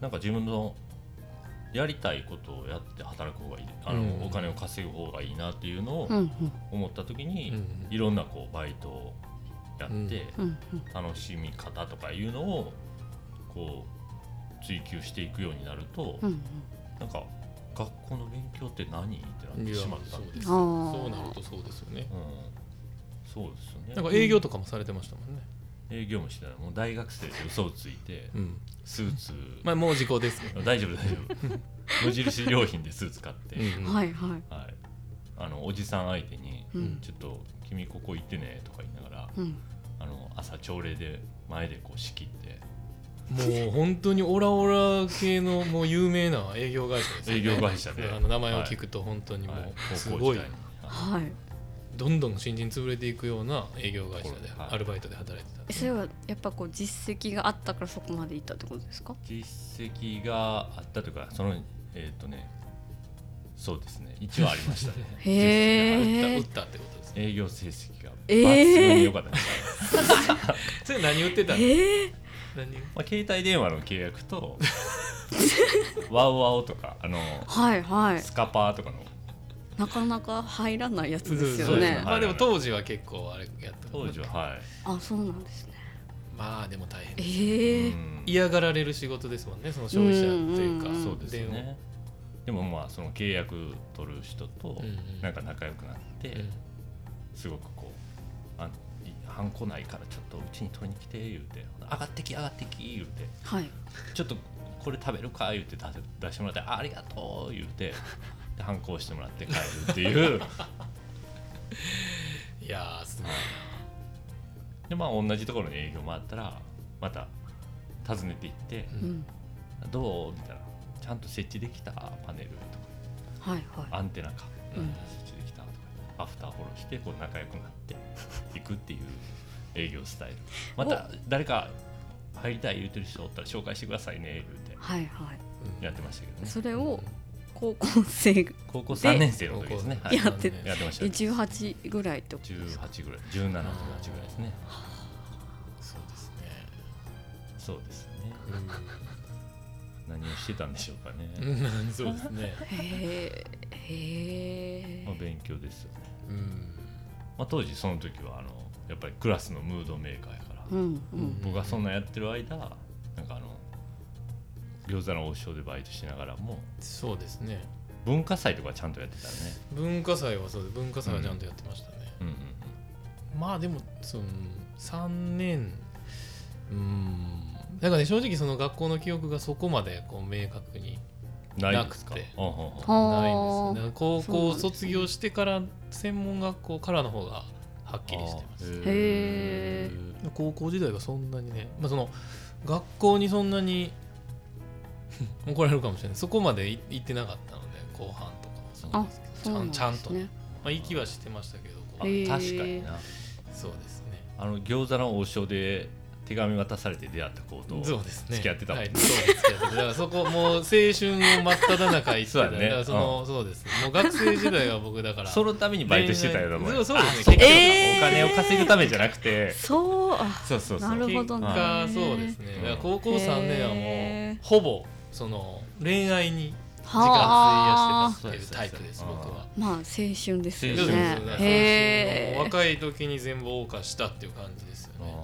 Speaker 1: なんか自分のやりたいことをやって働く方がいいあの、
Speaker 3: うん
Speaker 1: お金を稼ぐ方がいいなっていうのを
Speaker 2: うんうん
Speaker 1: 思った時
Speaker 3: う
Speaker 1: に、
Speaker 3: ん
Speaker 1: いろんなこうバイトをやって、
Speaker 3: うん
Speaker 2: うん
Speaker 1: 楽しみ方とかいうのをこう追求していくようになると、
Speaker 2: うん
Speaker 1: なんか学校の勉強って何ってなっ
Speaker 3: い
Speaker 1: て
Speaker 3: や
Speaker 1: しまった
Speaker 3: そ
Speaker 1: ん
Speaker 3: う
Speaker 1: で
Speaker 3: です
Speaker 2: あー
Speaker 3: そうなるとそうですよね
Speaker 1: うん、そうですよね
Speaker 3: なんか営業とかもされてましたもんね、
Speaker 1: 営業もしてないもう大学生で嘘をついて
Speaker 3: うん
Speaker 1: スーツ、
Speaker 3: まあ、もう時効ですね、
Speaker 1: 大丈夫大丈 夫無印良品でスーツ買って、
Speaker 3: うん
Speaker 2: うんはいはい
Speaker 1: はい、あのおじさん相手に
Speaker 2: う
Speaker 3: うん
Speaker 2: ん
Speaker 1: 「ちょっと君ここ行ってね」とか言いながら
Speaker 2: うん
Speaker 1: あの朝朝礼で前でこう仕切って
Speaker 3: もう本当にオラオラ系のもう有名な営業会社ですよね
Speaker 1: 営業会社で
Speaker 3: あの名前を聞くと本当にも
Speaker 1: はいい
Speaker 3: すごい
Speaker 1: 高校時代には
Speaker 2: はい
Speaker 3: どんどん新人潰れていくような営業会社で
Speaker 1: はい
Speaker 3: アルバイトで働いてたん
Speaker 2: え
Speaker 3: です
Speaker 2: そ
Speaker 3: ね
Speaker 2: れはやっぱこう実績があったからそこまでいったってことですか
Speaker 1: い実績があったというかそのえっ、とねそうですね一応ありましたね
Speaker 2: へえ
Speaker 3: 打った打ったってことですね
Speaker 1: 営業成績が
Speaker 2: えー
Speaker 1: 抜群に良かったです、
Speaker 3: それ何売ってたの
Speaker 2: へえ
Speaker 3: 何
Speaker 1: まあ、携帯電話の契約とワウワオとかあの
Speaker 2: はいはい
Speaker 1: スカパーとかの
Speaker 2: なかなか入らないやつです
Speaker 1: そ
Speaker 2: よ
Speaker 1: うです
Speaker 2: ね
Speaker 1: ね
Speaker 3: まあでも当時は結構あれやった
Speaker 1: 当時ははい、
Speaker 2: あそうなんですね
Speaker 3: まあでも大変
Speaker 2: ええ
Speaker 1: うん
Speaker 3: 嫌がられる仕事ですもんねその消費者というか
Speaker 2: うんうんうん
Speaker 1: そうですよねでもまあその契約取る人と
Speaker 3: うんうん
Speaker 1: なんか仲良くなって、
Speaker 3: 電話
Speaker 1: すごくこうあんハンコないからちょっとうちに取りに来て言うて「上がってき上がってき」言うて
Speaker 2: はい
Speaker 1: 「ちょっとこれ食べるか」言うて出せ出してもらって「あありがとう」言うてでハンコ押してもらって帰るっていう
Speaker 3: うんいやーすごい
Speaker 1: でまあ同じところに営業回ったらまた訪ねていって
Speaker 2: う
Speaker 3: うん
Speaker 2: ん
Speaker 1: 「どう?」みたいな「ちゃんと設置できたパネル」とか
Speaker 2: はいは
Speaker 1: アンテナか、
Speaker 2: うん
Speaker 1: 設置できたとかアフターフォローしてこう仲良くなっていくっていう営業スタイルまた誰か入りたい言ってる人おったら紹介してくださいねみたいな
Speaker 2: はいはい
Speaker 1: やってましたけどね
Speaker 2: それを高校生が
Speaker 1: 高校3年生の時ですね、
Speaker 2: で
Speaker 1: はい、
Speaker 2: やって
Speaker 1: やってました
Speaker 2: え18ぐらいってことですか
Speaker 1: 18ぐらい17とか18ぐらいですね
Speaker 3: そうです
Speaker 1: そうですね
Speaker 3: ね
Speaker 1: 何をしてたんでしょうかね、
Speaker 3: うん そうですね
Speaker 2: へえへ
Speaker 1: まあ、
Speaker 2: え
Speaker 1: 勉強ですよね、
Speaker 3: うん
Speaker 1: まあ、当時その時はあのやっぱりクラスのムードメーカーやから、
Speaker 2: うんうん
Speaker 1: 僕がそんなやってる間なんかあの餃子の王将でバイトしながらも
Speaker 3: そうですね
Speaker 1: 文化祭とかちゃんとやってたね、
Speaker 3: 文化祭はそうです文化祭はちゃんとやってましたね、
Speaker 1: うんうん
Speaker 3: まあでもその3年うんなんかね正直その学校の記憶がそこまでこう明確に
Speaker 1: うん、ないですか
Speaker 3: なくて
Speaker 1: あああああ
Speaker 3: ないんですよ
Speaker 2: は
Speaker 3: だから
Speaker 2: そうなんで
Speaker 3: 高校
Speaker 2: すね
Speaker 3: 卒業してから専門学校からの方がはっきりしてま
Speaker 1: あ
Speaker 3: す
Speaker 1: あ
Speaker 2: へ
Speaker 3: 高校時代がそんなにね、まあ、その学校にそんなに 怒られるかもしれないそこまでい行ってなかったので後半とかもそうなん
Speaker 2: あ
Speaker 3: ですけど
Speaker 2: そうなんです
Speaker 3: ちゃんちゃんとね
Speaker 2: ね
Speaker 3: まあ、行きはしてましたけどこ
Speaker 1: あ
Speaker 3: う
Speaker 2: へえ
Speaker 1: 確かにな
Speaker 3: そうですね
Speaker 1: あの餃子の王将で手紙渡されて出会った子と
Speaker 3: そうですね
Speaker 1: 付き合ってたもん
Speaker 3: はい、そうですだからそこもう青春の真っ只中行って
Speaker 1: そう
Speaker 3: た
Speaker 1: やね
Speaker 3: だからそのそうですもう学生時代は僕だから
Speaker 1: そのためにバイトしてたようなもんや
Speaker 3: そうそうですね
Speaker 1: あ結局
Speaker 2: えー
Speaker 1: お金を稼ぐためじゃなくて、
Speaker 2: そうあ
Speaker 1: そうそうそう
Speaker 2: なるほど
Speaker 3: 結果そうですね
Speaker 1: うん
Speaker 3: だから高校3年はも
Speaker 2: へ
Speaker 3: うほぼその恋愛に時間
Speaker 2: はあ
Speaker 3: 費やしてたっていうタイプです
Speaker 1: はあ
Speaker 3: 僕は。
Speaker 2: まあ青春です
Speaker 1: そ
Speaker 2: よ
Speaker 1: う
Speaker 3: そう
Speaker 1: で
Speaker 3: ですす
Speaker 2: ね
Speaker 3: ね
Speaker 2: へ
Speaker 3: もう
Speaker 2: え
Speaker 3: 若い時に全部謳歌したっていう感じですよ
Speaker 1: あ
Speaker 3: ね。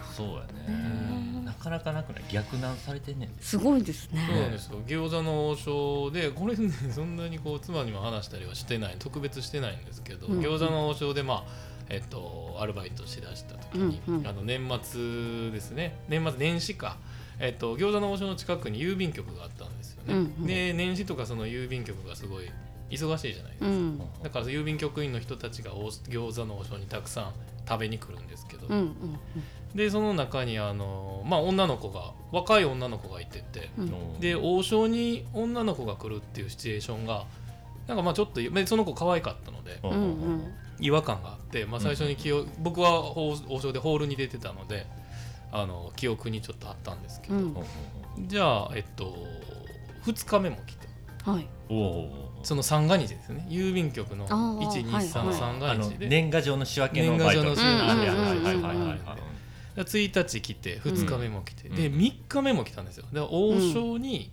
Speaker 1: あそうやねなかなかなくない逆難されてんねんです
Speaker 2: ごいです
Speaker 3: そうな
Speaker 2: ね
Speaker 3: んですよ餃子の王将でこれねそんなにこう妻にも話したりはしてない特別してないんですけど、
Speaker 2: うん
Speaker 3: 餃子の王将でまあえっとアルバイトしだした時に、
Speaker 2: うんうん
Speaker 3: あの年末ですね年末年始か、えっと、餃子の王将の近くに郵便局があったんですよね、
Speaker 2: うんうん
Speaker 3: で年始とかその郵便局がすごい忙しいじゃないです
Speaker 2: う
Speaker 3: か、
Speaker 2: ん
Speaker 3: だから郵便局員の人たちがお餃子の王将にたくさん食べに来るんですけど、
Speaker 2: うんうん
Speaker 3: でその中にあの、まあ、女の子が若い女の子がいてて、
Speaker 2: うん
Speaker 3: で王将に女の子が来るっていうシチュエーションがなんかまあちょっとまあその子可愛かったので
Speaker 1: うん
Speaker 2: うんうん
Speaker 3: 違和感があって、まあ、最初に記憶、僕は王王将でホールに出てたのであの記憶にちょっとあったんですけど、
Speaker 2: うん
Speaker 3: じゃあえっと2日目も来て
Speaker 2: はい
Speaker 1: おお
Speaker 3: その三が日ですね郵便局の
Speaker 2: あーはい
Speaker 3: 1233
Speaker 2: はい
Speaker 3: 三
Speaker 1: あ
Speaker 3: が
Speaker 1: の
Speaker 3: 日で、
Speaker 1: 年賀状の仕分けの
Speaker 3: 年
Speaker 1: バ
Speaker 3: 賀
Speaker 1: イト
Speaker 3: 状の仕分
Speaker 2: け
Speaker 1: はいはいはい
Speaker 2: うんうんうん
Speaker 1: はいはいはい
Speaker 3: で1日来て2日目も来て、
Speaker 1: うん
Speaker 3: で
Speaker 1: うん
Speaker 3: 3日目も来たんですよで王将に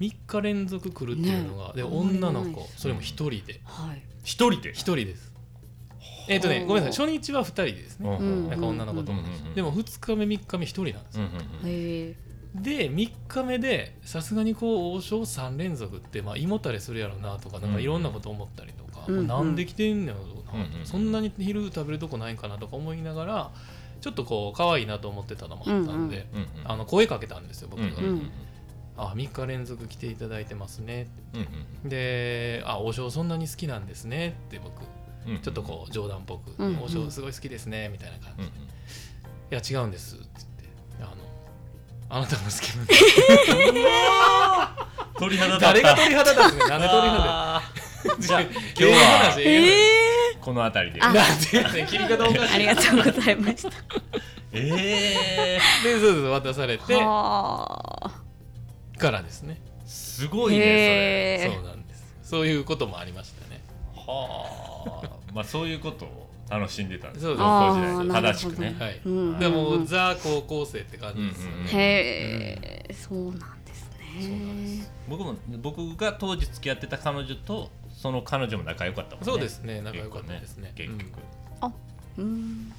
Speaker 3: 3日連続来るっていうのが、で
Speaker 2: ねえ
Speaker 3: 女の
Speaker 2: あんまりない
Speaker 3: 子
Speaker 2: です
Speaker 3: それも1人で
Speaker 2: はい
Speaker 1: 一人で
Speaker 3: 1人ですえっ、とねごめんなさい初日は2人ですね、
Speaker 2: うん
Speaker 3: なんか女の子とも、
Speaker 1: うん
Speaker 3: でも2日目3日目1人なんです
Speaker 1: うん
Speaker 3: よ、
Speaker 1: うんうん
Speaker 2: へえ
Speaker 3: で3日目でさすがにこう王将3連続って、まあ、胃もたれするやろうなとかなんかいろんなこと思ったりとか、
Speaker 2: うん
Speaker 3: もうなんで来てんねやろうな、
Speaker 1: うん
Speaker 3: そんなに昼食べるとこないんかなとか思いながらちょっとこう可愛いなと思ってたのもあったんで、
Speaker 2: うんうん
Speaker 1: うん
Speaker 3: あの声かけたんですよ僕
Speaker 1: うん
Speaker 3: が、
Speaker 1: うんうんうん
Speaker 3: あ3日連続来ていただいてますね
Speaker 1: うん
Speaker 3: であ王将そんなに好きなんですねって僕
Speaker 1: うんうん
Speaker 3: ちょっとこう冗談っぽく、
Speaker 2: うんうん
Speaker 3: 王将すごい好きですねみたいな感
Speaker 1: う
Speaker 3: じ、
Speaker 1: ん
Speaker 3: いうや違うんですって 言ってあのあなたも好きなんで
Speaker 1: ん鳥肌立った
Speaker 3: 誰が鳥肌立 つねなんで鳥肌
Speaker 1: あー じゃあ今
Speaker 3: 立つ
Speaker 1: 日は
Speaker 2: え
Speaker 1: この辺りで
Speaker 2: あ
Speaker 3: なんていうね切り 方おか しい
Speaker 2: ありがとうございました
Speaker 1: ええ
Speaker 3: でそうそう渡されて
Speaker 2: はあ
Speaker 3: からですね
Speaker 1: すごいね
Speaker 3: そ
Speaker 2: へえ
Speaker 3: うなんですそういうこともありましたね
Speaker 1: それはあまあそういうことを楽しんでたんです
Speaker 3: そうです
Speaker 1: 高校時代
Speaker 2: あーなるほど
Speaker 1: 正しくね
Speaker 3: はい、
Speaker 2: うん
Speaker 3: でも、
Speaker 2: うん
Speaker 3: ザ高校生って感じですよね、
Speaker 1: うんうんうん
Speaker 2: へえそうなんです
Speaker 3: そうなんで
Speaker 2: ね
Speaker 3: す
Speaker 1: 僕も僕が当時付き合ってた彼女とその彼女も仲良かったもんね
Speaker 3: そうですね仲良かったですね
Speaker 1: 結構結局、
Speaker 2: うんうん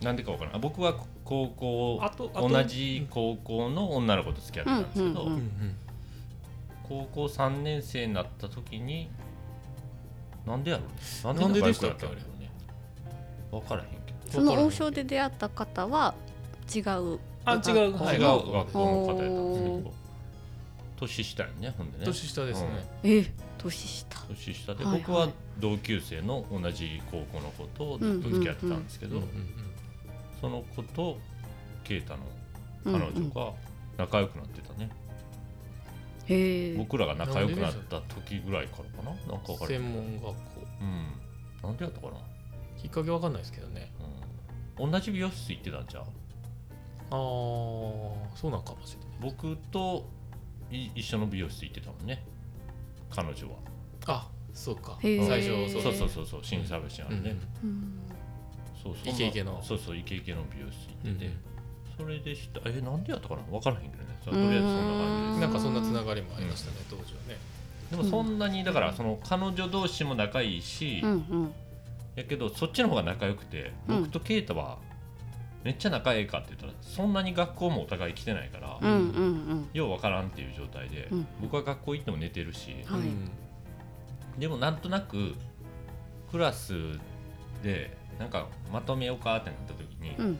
Speaker 1: なんでかわからない僕は高校
Speaker 3: あとあと
Speaker 1: 同じ高校の女の子と付き合ってたんですけど、
Speaker 2: うんうんう
Speaker 3: うん
Speaker 2: ん
Speaker 1: 高校3年生になった時になんでやろうね
Speaker 3: なん
Speaker 1: 仲
Speaker 3: でで
Speaker 1: 良
Speaker 3: し
Speaker 1: く
Speaker 3: た
Speaker 1: な
Speaker 3: っ
Speaker 1: った
Speaker 3: け
Speaker 1: んやろうね分からへんけど
Speaker 2: その王将で出会った方は違う
Speaker 3: あ違
Speaker 1: 違う
Speaker 3: うはい
Speaker 1: 学校の方やったんですけど年下やねほんでね
Speaker 3: 年下ですね、
Speaker 2: え年下
Speaker 1: 年下で
Speaker 2: はいはい
Speaker 1: 僕は同級生の同じ高校の子とずっと付き合ってたんですけ
Speaker 3: け
Speaker 1: ど、
Speaker 3: ど
Speaker 1: その子と啓太の
Speaker 2: うん
Speaker 1: 彼
Speaker 2: うん
Speaker 1: 女が仲良くなってたね、
Speaker 2: へえ
Speaker 1: 僕らが仲良くなった時ぐらいからかななんか分からへん
Speaker 3: 専門学校
Speaker 1: うんなんでやったかな、
Speaker 3: きっかけわかんないですけどね
Speaker 1: う同じ美容室行ってたんちゃう
Speaker 3: あーそうなんかもしれない
Speaker 1: 僕とい一緒の美容室行ってたもんね彼女は
Speaker 3: あそうか
Speaker 2: へ
Speaker 3: 最
Speaker 2: ー
Speaker 3: 初
Speaker 1: そうそう
Speaker 3: う
Speaker 1: そうそう新サービスな
Speaker 3: うんん
Speaker 1: で、
Speaker 3: うん
Speaker 2: うん
Speaker 1: そうそう
Speaker 3: イケイケの
Speaker 1: まあそうそうイケイケの美容室
Speaker 3: う
Speaker 1: 行ってて、
Speaker 3: ん
Speaker 1: それで知ったえなんでやったかな分からへんけどねと
Speaker 2: う
Speaker 1: り
Speaker 2: ーん
Speaker 1: あえずそんな感じ
Speaker 3: なんかそんなつながりもありましたね、当時はね。
Speaker 1: ででもそんなにだからその彼女同士も仲いいし、
Speaker 2: うんうん
Speaker 1: やけどそっちの方が仲良くて
Speaker 2: うん
Speaker 1: 僕とケイタはめっちゃ仲いいかって言ったらそんなに学校もお互い来てないから、
Speaker 2: うんうんうん
Speaker 1: よう分からんっていう状態で、
Speaker 2: うん
Speaker 1: 僕は学校行っても寝てるし、
Speaker 2: はい
Speaker 3: うん
Speaker 1: でもなんとなくクラスでなんかまとめようかってなった時に、
Speaker 2: うん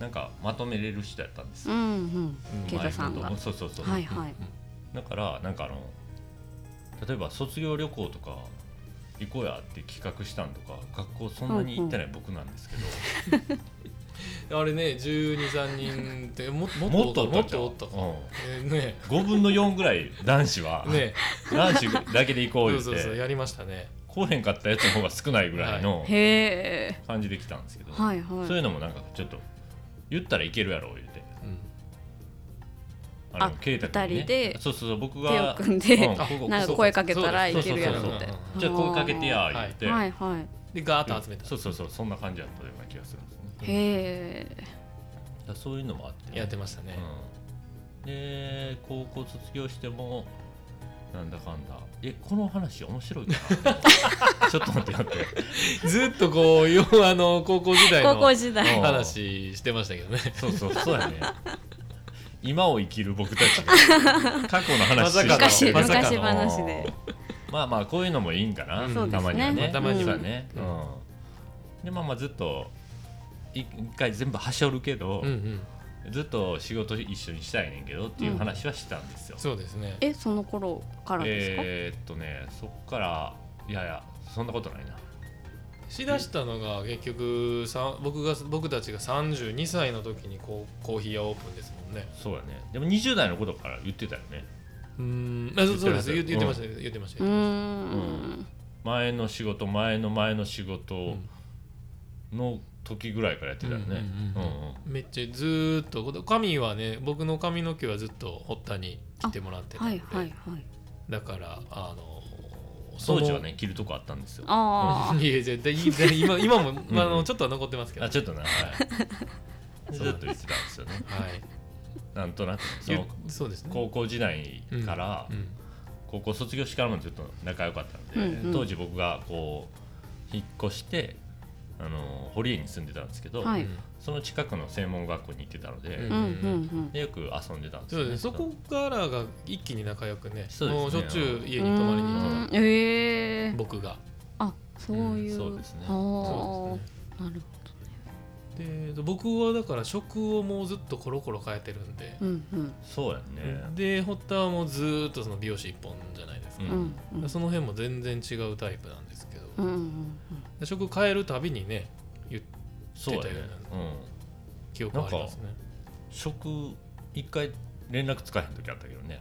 Speaker 1: なんかまとめれる人やったんです
Speaker 2: うんう
Speaker 1: よ、
Speaker 2: ん
Speaker 3: うん
Speaker 2: ケイタさんが
Speaker 1: うまいことそうそうそう、
Speaker 2: はいはい
Speaker 1: だからなんかあの例えば卒業旅行とか行こうやって企画したんとか学校そんなに行ってない僕なんですけど、
Speaker 3: あれね、12、3人 って、もも
Speaker 1: も
Speaker 3: っ
Speaker 1: っと
Speaker 3: と
Speaker 1: お
Speaker 3: もっ
Speaker 1: んちゃう
Speaker 3: とおったか。
Speaker 1: うん
Speaker 3: えーね
Speaker 1: 5分の4ぐらい男子は、
Speaker 3: ね
Speaker 1: 男子だけで行こう
Speaker 3: そ
Speaker 1: 言
Speaker 3: う
Speaker 1: っ
Speaker 3: そうそう、
Speaker 1: て
Speaker 3: やりましたね。
Speaker 1: 来へんかったやつの方が少ないぐらいの
Speaker 2: へえ
Speaker 1: 感じで来たんですけど、
Speaker 2: はいはい
Speaker 1: そういうのもなんかちょっと言ったらいけるやろ言うて
Speaker 3: うん
Speaker 1: あの
Speaker 2: あ
Speaker 1: 圭太君にね
Speaker 2: 二人で
Speaker 1: そうそうそう僕
Speaker 2: 手を
Speaker 1: が
Speaker 2: 組んで
Speaker 1: うんここ
Speaker 2: なんか
Speaker 1: そう
Speaker 2: 声かけたら
Speaker 1: そう
Speaker 2: いけるやろ
Speaker 1: そうそう
Speaker 2: って
Speaker 1: そう
Speaker 3: うん
Speaker 1: じゃあ声かけてや
Speaker 3: あー
Speaker 1: 言って、
Speaker 2: はいはい
Speaker 3: で、ガーッと集めた。
Speaker 1: そうそうそうそんな感じだったような気がするんですね
Speaker 2: へえ
Speaker 1: だからそういうのもあってね
Speaker 3: やってましたね。
Speaker 1: うん、で高校卒業してもなんだかんだえこの話面白いかなちょっと待って待って
Speaker 3: ずっとこう、ようあの、高校時代
Speaker 2: 高校
Speaker 3: の
Speaker 2: 時
Speaker 1: う
Speaker 2: 代
Speaker 1: ん
Speaker 3: 話してましたけどね。
Speaker 1: そうそうそうやね今を生きる僕たちが過去の話してる
Speaker 3: まさかの
Speaker 2: 昔
Speaker 3: まさか
Speaker 2: 昔
Speaker 3: の
Speaker 2: 話で
Speaker 1: まあまあこういうのもいいんかな、
Speaker 3: そうですね
Speaker 1: たまにはね
Speaker 3: まあたまには
Speaker 1: そうだね、うんでまあまあずっとい一回全部はしょるけど、
Speaker 3: うんうん。
Speaker 1: ずっと仕事一緒にしたいねんけどっていう話はしたんですよ、
Speaker 3: そうですね。
Speaker 2: えその頃からですか、
Speaker 1: えーっとねそっからいやいやそんなことないな
Speaker 3: しだしたのが、結局、さん僕が、僕たちが32歳の時にこうコーヒー屋オープンですもんね。
Speaker 1: そうやねでも20代のことから言ってたよね
Speaker 3: うん。あそうそうです。言
Speaker 1: 言
Speaker 3: っ
Speaker 1: ってるはず
Speaker 3: 言ってました、言ってまし
Speaker 2: う
Speaker 3: た
Speaker 2: ー。
Speaker 3: 言って
Speaker 2: ん
Speaker 1: 前の仕事前の前の仕事
Speaker 3: ました
Speaker 1: の時ぐらいからやってたよね
Speaker 3: うんうんうんめっちゃずーっと髪はね僕の髪の毛はずっと堀田に切ってもらってたん
Speaker 2: は
Speaker 3: で、
Speaker 2: いはいはい
Speaker 3: だからあの
Speaker 1: 当時はね着るとこあったんですよ
Speaker 2: あ
Speaker 3: そのいや絶対絶対 今今も、
Speaker 1: うん
Speaker 3: あのちょっとは残ってますけど
Speaker 1: あ
Speaker 3: はい
Speaker 1: ちょっとなはい ずっと言ってたんですよねなんとなくそ
Speaker 3: ゆ
Speaker 1: の
Speaker 3: そうですね
Speaker 1: 高校時代から
Speaker 3: うん
Speaker 1: 高校卒業してからもずっと仲良かったので、
Speaker 2: うんうん
Speaker 1: 当時僕がこう引っ越してあの堀江に住んでたんですけど、
Speaker 2: はい
Speaker 3: うん
Speaker 1: その近くの専門学校に行ってたので、
Speaker 3: う
Speaker 2: あうんうんうん
Speaker 1: でよく遊んでたんです
Speaker 3: そ
Speaker 1: よ、
Speaker 3: うです
Speaker 1: ね、
Speaker 3: ねそこからが一気に仲良くね
Speaker 1: そうですね
Speaker 3: もうしょっちゅう家に泊まりに行って
Speaker 2: うーんええ
Speaker 3: た僕が
Speaker 2: あそういう、
Speaker 1: そうですね
Speaker 2: あー
Speaker 3: そう
Speaker 2: なる
Speaker 3: ですねで僕はだから職をもうずっとコロコロ変えてるんで、
Speaker 2: ほどうんうん
Speaker 1: そうやね、
Speaker 3: で堀田はもうずーっとその美容師一本じゃないですか、
Speaker 2: うんうん
Speaker 3: その辺も全然違うタイプなんですけど、
Speaker 2: うんうん
Speaker 3: で食変えるたびにね言う
Speaker 1: そうやね
Speaker 3: 出たよね
Speaker 1: うん
Speaker 3: 記憶はありますね
Speaker 1: 食一回連絡つかへん時あったけどね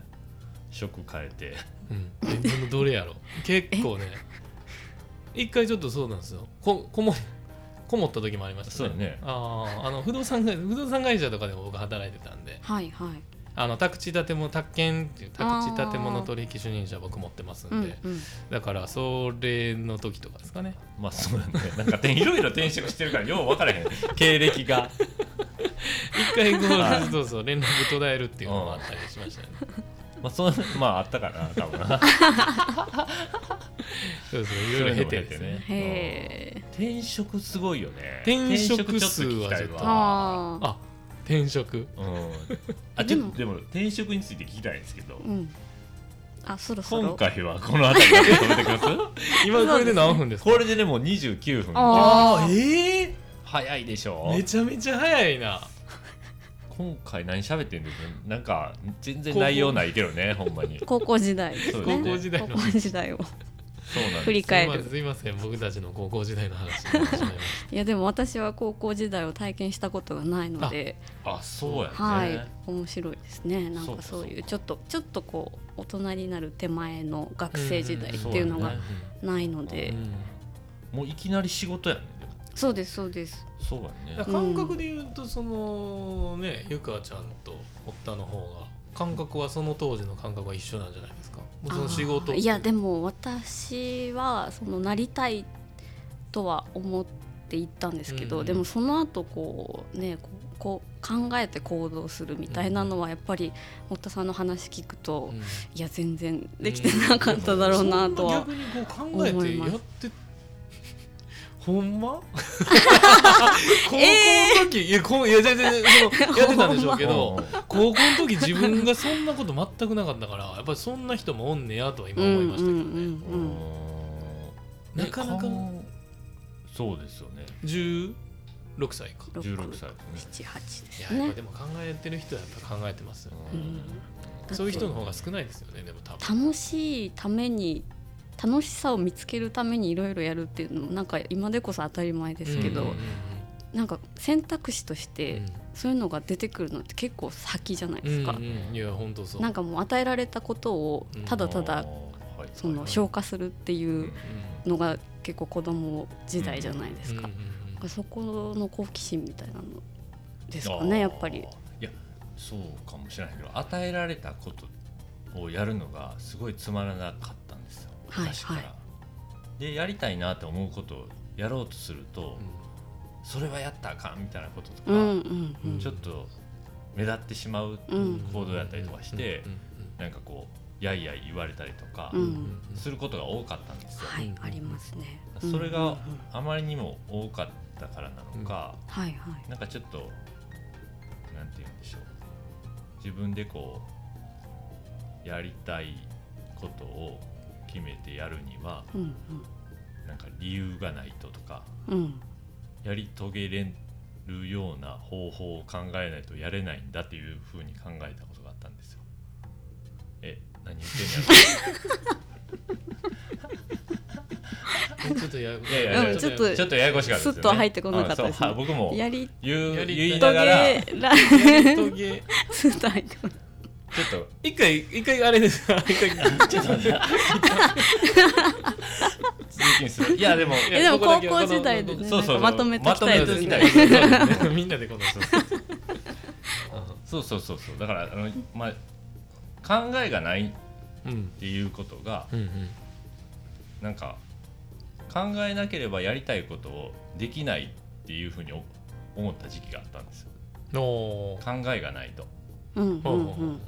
Speaker 1: 食変えて
Speaker 3: うんえどのどれやろう結構ね一回ちょっとそうなんですよここもこもった時もありましたね
Speaker 1: そうだね
Speaker 3: あーあの不動産会不動産会社とかでも僕働いてたんで
Speaker 2: はいはい
Speaker 3: あの宅地建物宅建っていう宅地建物取引主任者僕持ってますんで、
Speaker 2: うんうん
Speaker 3: だからそれの時とかですかね
Speaker 1: まあそうやねなんかてんいろいろ転職してるからよう分からへん経歴が
Speaker 3: 一回こ
Speaker 1: は
Speaker 3: うそうそう連絡途絶えるっていうのもあったりしましたよね
Speaker 1: まあそうまああったかな多分な
Speaker 3: そうそういろいろ経てですね
Speaker 2: へえ
Speaker 1: 転職すごいよね
Speaker 3: 転職数は
Speaker 1: 転職ちょっと聞きたいわ
Speaker 2: ああ
Speaker 3: あ転職
Speaker 1: うんあちょっとでも転職について聞きたいんですけど
Speaker 2: うんあそろそろ
Speaker 1: 今回はこの辺りで止めてください
Speaker 3: 今これで何分ですか
Speaker 1: これでねもう29分
Speaker 2: あ
Speaker 3: ああえ
Speaker 1: 早いでし
Speaker 3: え
Speaker 1: ょ
Speaker 3: めちゃめちゃ早いな
Speaker 1: 今回何喋ってんですかなんか全然内容ないけどねほんまに
Speaker 2: 高校時代ですね
Speaker 1: そうですね
Speaker 3: 高校時代の
Speaker 2: 高校時代を
Speaker 1: そうなん
Speaker 2: 振
Speaker 1: で
Speaker 2: り
Speaker 1: す
Speaker 2: 返る
Speaker 3: すいませんすいません僕たちの高校時代の話になってしまいまし
Speaker 2: いやでも私は高校時代を体験したことがないので
Speaker 1: あそうやね、
Speaker 2: はい面白いですねなん
Speaker 1: そう
Speaker 2: か
Speaker 1: か
Speaker 2: そうい
Speaker 1: そう
Speaker 2: う
Speaker 1: か
Speaker 2: ちょっとちょっとこう大人になる手前の学生時代って
Speaker 1: ん
Speaker 2: いうの
Speaker 1: そ
Speaker 2: が
Speaker 1: う
Speaker 2: ないので
Speaker 3: た、うん
Speaker 1: もういきなり仕事やね
Speaker 2: そうですそうです
Speaker 1: そうやね
Speaker 3: だから感覚で言うとそのねゆかちゃんと堀田の方が感覚はその当時の感覚は一緒なんじゃないですかもうその仕事
Speaker 2: あーいやでも私はそのなりたいとは思って行ったんですけど、
Speaker 3: うん
Speaker 2: でもその後こうねこうこう考えて行動するみたいなのはやっぱり堀田さんの話聞くと、
Speaker 3: うん
Speaker 2: いや全然できてなかっただろうなとは、
Speaker 3: そんな逆にこう考えてやってほ んま高校の時、いやこういや全然 そのやってたんでしょうけど高校の時自分がそんなこと全くなかったからやっぱりそんな人もおんねやとは今思いましたけどね、
Speaker 1: うん
Speaker 2: うんうん
Speaker 1: うん
Speaker 3: なかなか
Speaker 1: ねんそうですよね
Speaker 3: 16歳か
Speaker 2: 六
Speaker 1: 16歳ですね
Speaker 2: 七八で
Speaker 3: い
Speaker 2: す
Speaker 3: ややっ
Speaker 2: ね
Speaker 3: ぱでも考えてる人はやっぱ考えてますよね
Speaker 2: うん
Speaker 3: そういう人の方が少ないですよねでも多分
Speaker 2: 楽しいために楽しさを見つけるためにいろいろやるっていうのもなんか今でこそ当たり前ですけど、
Speaker 3: うんうん
Speaker 2: なんか選択肢とし
Speaker 3: うん
Speaker 2: て
Speaker 3: うん
Speaker 2: そういうのが出てくるのって結構先じゃないですか、
Speaker 3: うんうんいや本当そう
Speaker 2: なんかもう与えられたことをただただその消化するっていう
Speaker 3: うん
Speaker 2: のが結構子供時代じゃないですか
Speaker 3: うん、うんうん
Speaker 2: そこの好奇心みたいなのですかねやっぱり
Speaker 1: あーいやそうかもしれないけど与えられたことをやるのがすごいつまらなかったんですよ
Speaker 2: はい
Speaker 1: 昔から、
Speaker 2: は
Speaker 1: でやりたいなって思うことをやろうとすると、
Speaker 3: うん
Speaker 1: それはやったらあかんみたいなこととか、
Speaker 2: うんうんうん
Speaker 1: ちょっと目立ってしまう、
Speaker 2: うん
Speaker 1: 行動やったりとかして
Speaker 3: うん
Speaker 1: なんかこうやいやい言われたりとか、
Speaker 2: うん
Speaker 3: うんうん
Speaker 1: することが多かったんですよ、
Speaker 2: はい、
Speaker 3: うん
Speaker 2: ありますね
Speaker 1: それ
Speaker 2: うんうんう
Speaker 1: が
Speaker 2: ん
Speaker 1: あまりにも多かったからなのか、
Speaker 2: はいはい
Speaker 1: なんかちょっとなんて言うんでしょう自分でこうやりたいことを決めてやるには
Speaker 2: うん
Speaker 1: なんか理由がないととか
Speaker 2: うんうん
Speaker 1: やり遂げれるような方法を考えないとやれないんだっていうふうに考えたことがあったんですよ。え何言って
Speaker 3: うんちょっとややこ
Speaker 1: んのい
Speaker 3: し
Speaker 1: やいや
Speaker 2: うん
Speaker 1: ちょっ
Speaker 2: ちょっ
Speaker 1: とちょっとややこしかったですよね。
Speaker 2: スッとは入ってこなかったですね
Speaker 1: あそうは僕も
Speaker 2: やり
Speaker 1: 言
Speaker 3: や
Speaker 1: う
Speaker 3: り
Speaker 1: 言い
Speaker 2: 遂
Speaker 1: ながらち
Speaker 2: げら
Speaker 3: や
Speaker 2: れ
Speaker 3: り遂げ
Speaker 2: スッと入ってこな
Speaker 1: ょ
Speaker 2: い
Speaker 1: っと
Speaker 3: 一回一回あれですか一回
Speaker 1: ちょっと待って続きにするいやでも
Speaker 3: いや
Speaker 2: えでも
Speaker 3: ここだ
Speaker 2: 高
Speaker 3: け
Speaker 2: 校時代でね
Speaker 1: そうそうそう
Speaker 2: なんかまとめてきたいです
Speaker 1: ま
Speaker 2: ね
Speaker 1: とめておきたいですね
Speaker 3: みんなでこの人
Speaker 1: そうそうそうそうだからあの、まあ、考えがないっ
Speaker 3: うん
Speaker 1: ていうことが
Speaker 3: うんうん
Speaker 1: なんか考えなければやりたいことをできないっていうふうにお思った時期があったんですよ
Speaker 3: おー
Speaker 1: 考えがないと
Speaker 2: うんうん
Speaker 3: ほうほうほう
Speaker 2: う
Speaker 3: うん
Speaker 2: ん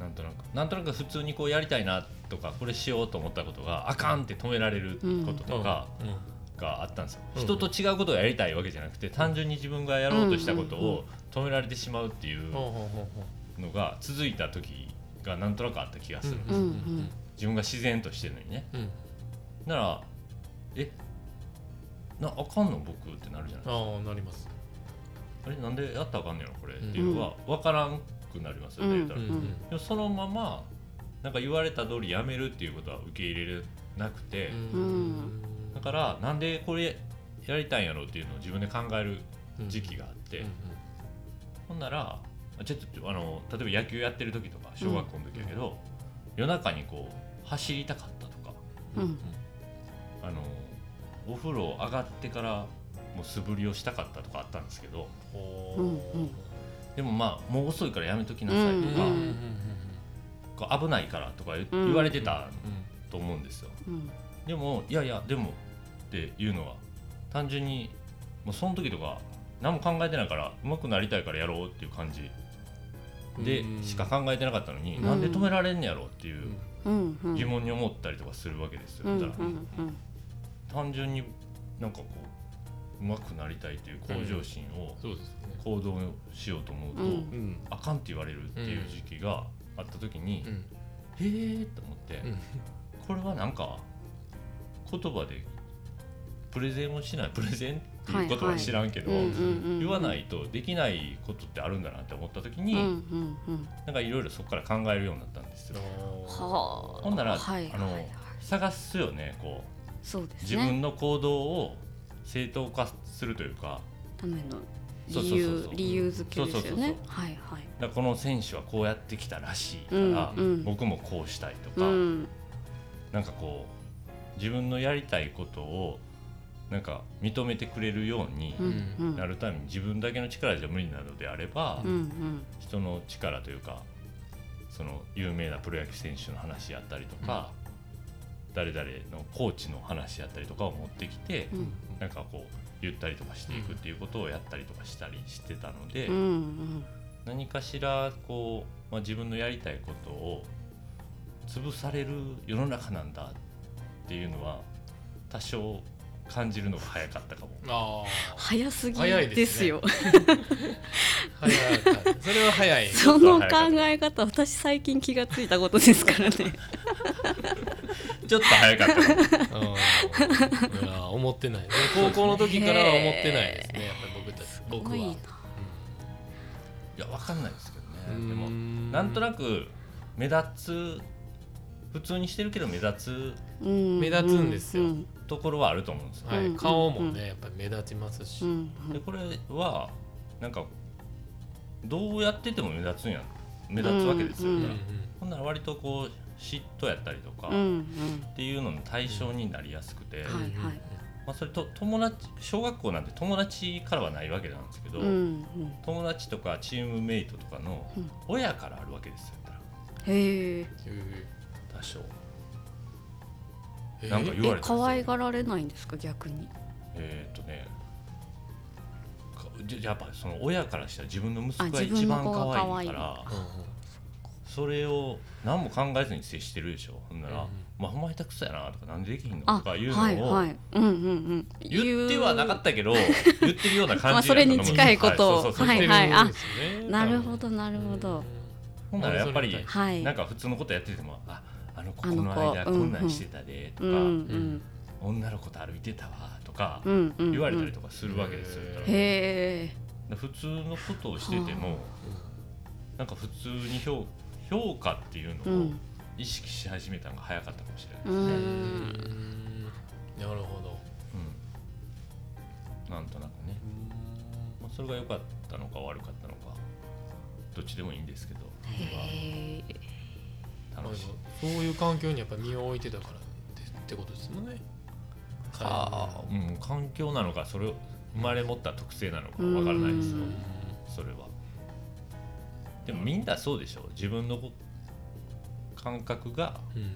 Speaker 1: なんとなくなんとなく普通にこうやりたいなとかこれしようと思ったことがあかんって止められること
Speaker 3: うん
Speaker 1: とか
Speaker 3: うんうん
Speaker 1: があったんですよ、
Speaker 3: うん
Speaker 1: 人と違うことをやりたいわけじゃなくて単純に自分がやろうとしたことを止められてしまうっていう
Speaker 3: ほうほうほうほう
Speaker 1: のが続いた時がなんとなくあった気がする、
Speaker 2: うんうん
Speaker 1: 自分が自然としてるのにね
Speaker 3: うん
Speaker 1: なら「えなあかんの僕」ってなるじゃないですか
Speaker 3: ああなります
Speaker 1: あれなんでやったらあかんねやろこれ、
Speaker 3: うん
Speaker 1: っていうのは分からんくなりますよね、言うた
Speaker 3: う
Speaker 1: ら、
Speaker 3: んう
Speaker 1: で
Speaker 3: ん
Speaker 1: もそのままなんか言われた通りやめるっていうことは受け入れれなくて、
Speaker 2: うん
Speaker 1: だからなんでこれやりたいんやろうっていうのを自分で考える時期
Speaker 3: が
Speaker 1: があって、ほんならあちょっとあの例えば野球やってる時とか小学校の時やけど、夜中にこう走りたかったとか
Speaker 2: うん
Speaker 1: あのお風呂上がってからもう素振りをしたかったとかあったんですけど
Speaker 3: ほ
Speaker 2: うんうん
Speaker 1: でもまあもう遅いからやめときなさいとか、
Speaker 2: うん
Speaker 1: こう危ないからとか言,、
Speaker 2: うん
Speaker 1: われてたと思うんですよ
Speaker 2: うん
Speaker 1: でもいやいやでもっていうのは単純にもうその時とか何も考えてないから上手くなりたいからやろうっていう感じでしか考えてなかったのに、
Speaker 3: うん
Speaker 1: なんで止められんねやろっていう
Speaker 2: うんうん
Speaker 1: 疑問に思ったりとかするわけですよ、
Speaker 2: うんう
Speaker 1: だ
Speaker 2: ん
Speaker 1: から単純になんかこう上手くなりたいという向上心を
Speaker 3: そうですね
Speaker 1: 行動しようと思うと、
Speaker 2: うん
Speaker 3: うん
Speaker 1: あかんって言われるっていう時期があった時に、へえと思って、
Speaker 3: うん
Speaker 1: これはなんか言葉でプレゼンをしないプレゼンっていうことは知らんけど、
Speaker 2: うんうんうんうん
Speaker 1: 言わないとできないことってあるんだなって思った時
Speaker 2: う
Speaker 1: に、
Speaker 2: んうんうん
Speaker 1: なんかいろいろそこから考えるようになったんですよ。
Speaker 2: はあ
Speaker 1: ほんなら、
Speaker 2: はい
Speaker 1: あ
Speaker 2: はいは
Speaker 1: の
Speaker 2: い
Speaker 1: 探すよねこう
Speaker 2: そうです
Speaker 1: 自
Speaker 2: ね
Speaker 1: 分の行動を正当化するというか
Speaker 2: ための
Speaker 1: そう
Speaker 2: 理
Speaker 1: そうそう
Speaker 2: 由
Speaker 1: そう
Speaker 2: 理由付けですよ
Speaker 1: そう
Speaker 2: ね
Speaker 1: そう
Speaker 2: はいはい
Speaker 1: だからこの選手はこうやってきたらしいから、
Speaker 2: うんうん
Speaker 1: 僕もこうしたいと
Speaker 2: う
Speaker 1: か、
Speaker 2: ん
Speaker 1: なんかこう自分のやりたいことをなんか認めてくれるように
Speaker 2: うんうん
Speaker 1: なるために自分だけの力じゃ無理なのであれば、
Speaker 2: うん
Speaker 1: 人の力というかその有名なプロ野球選手の話やったりとか、誰々のコーチの話やったりとかを持ってきて、
Speaker 2: うん
Speaker 1: なんかこう言ったりとかしていくっていうことをやったりとかしたりしてたので、
Speaker 2: うんうん
Speaker 1: 何かしらこう、まあ、自分のやりたいことを潰される世の中なんだっていうのは多少感じるのが早かったかも。
Speaker 3: ああ
Speaker 2: 早すぎ
Speaker 3: 早いですね
Speaker 2: ですよ
Speaker 3: 早かったそれは早い
Speaker 2: その考え方私最近気がついたことですか らね
Speaker 1: ちょっと早かったかも
Speaker 3: うんいや思ってない高校の時からは思ってないですねやっぱり僕たち
Speaker 2: す
Speaker 3: 僕は
Speaker 2: ごいない
Speaker 1: やわかんないですけど
Speaker 3: うん
Speaker 1: ね。でもなんとなく目立つ普通にしてるけど目立
Speaker 2: 目
Speaker 3: 目立つんですよ
Speaker 1: つところはあると思うんですよ、
Speaker 3: は
Speaker 2: うんうんう
Speaker 3: い
Speaker 2: ん
Speaker 3: 顔もねやっぱり目立ちますし
Speaker 1: でこれはなんかどうやってても目立つんや目立つわけですよね、
Speaker 2: うん
Speaker 3: う
Speaker 2: う
Speaker 3: ん
Speaker 2: ん
Speaker 1: ほんなら割とこう嫉妬やったりとかっていうのの対象になりやすくて、
Speaker 2: は
Speaker 1: ま
Speaker 2: いはい
Speaker 1: あ、それと友達小学校なんて友達からはないわけなんですけど、友達とかチームメイトとかの
Speaker 2: うん
Speaker 1: 親からあるわけですよだか
Speaker 2: へえ
Speaker 1: ら多少
Speaker 3: うん
Speaker 1: なんか言われたんですよ
Speaker 2: 可愛がられないんですか逆に
Speaker 1: えーっとねかじゃやっぱその親からしたら自分の息
Speaker 2: あ
Speaker 1: 子が
Speaker 2: 自
Speaker 1: 一
Speaker 2: 分の
Speaker 1: 番
Speaker 2: 子が
Speaker 1: 可愛い
Speaker 2: 可愛い
Speaker 1: から
Speaker 3: うんうん
Speaker 1: それを何も考えずに接してるでしょほんなら
Speaker 3: うん
Speaker 1: 「まあほんま下手くそやな」とか「なんでできひんの?」
Speaker 2: あ
Speaker 1: とかいう
Speaker 2: はい
Speaker 1: の
Speaker 2: は
Speaker 1: を
Speaker 2: いうんうんうん
Speaker 1: 言ってはなかったけど言ってるような
Speaker 2: ま
Speaker 1: 感
Speaker 2: あ
Speaker 1: じ
Speaker 2: それに近いことを
Speaker 1: を
Speaker 2: はい
Speaker 3: 知ってるんですよね
Speaker 2: なるほどなるほど
Speaker 1: ほんならやっぱり
Speaker 2: はい
Speaker 1: なんか普通のことやってても「ああの子
Speaker 2: あ
Speaker 1: こ
Speaker 2: の子
Speaker 1: の間こんな
Speaker 2: うんうん
Speaker 1: んしてたで」と
Speaker 2: う
Speaker 1: か
Speaker 2: んうん
Speaker 1: 「女の子と歩いてたわ」とか
Speaker 2: うんうん
Speaker 1: 言われたりとかするわけですよ
Speaker 3: へー
Speaker 1: だから
Speaker 2: へえ
Speaker 1: で普通のことをしててもなんか普通に評評価っていう
Speaker 2: う
Speaker 1: のを
Speaker 2: ん
Speaker 1: 意識し始めたのが早かったかもしれない、
Speaker 2: う
Speaker 3: うんうん
Speaker 2: ん
Speaker 3: なるほど
Speaker 1: うんなんとなくね、まあ、それが良かったのか悪かったのかどっちでもいいんですけど
Speaker 2: へえ
Speaker 1: 僕は
Speaker 3: まあ
Speaker 1: 楽しい
Speaker 3: そういう環境にやっぱ身を置いてたからってってことですもんね
Speaker 1: ああ、うん、環境なのかそれを生まれ持った特性なのかわからないですよ
Speaker 2: うん
Speaker 1: それはでもみんなそうでしょ自分のこ感覚が
Speaker 3: うん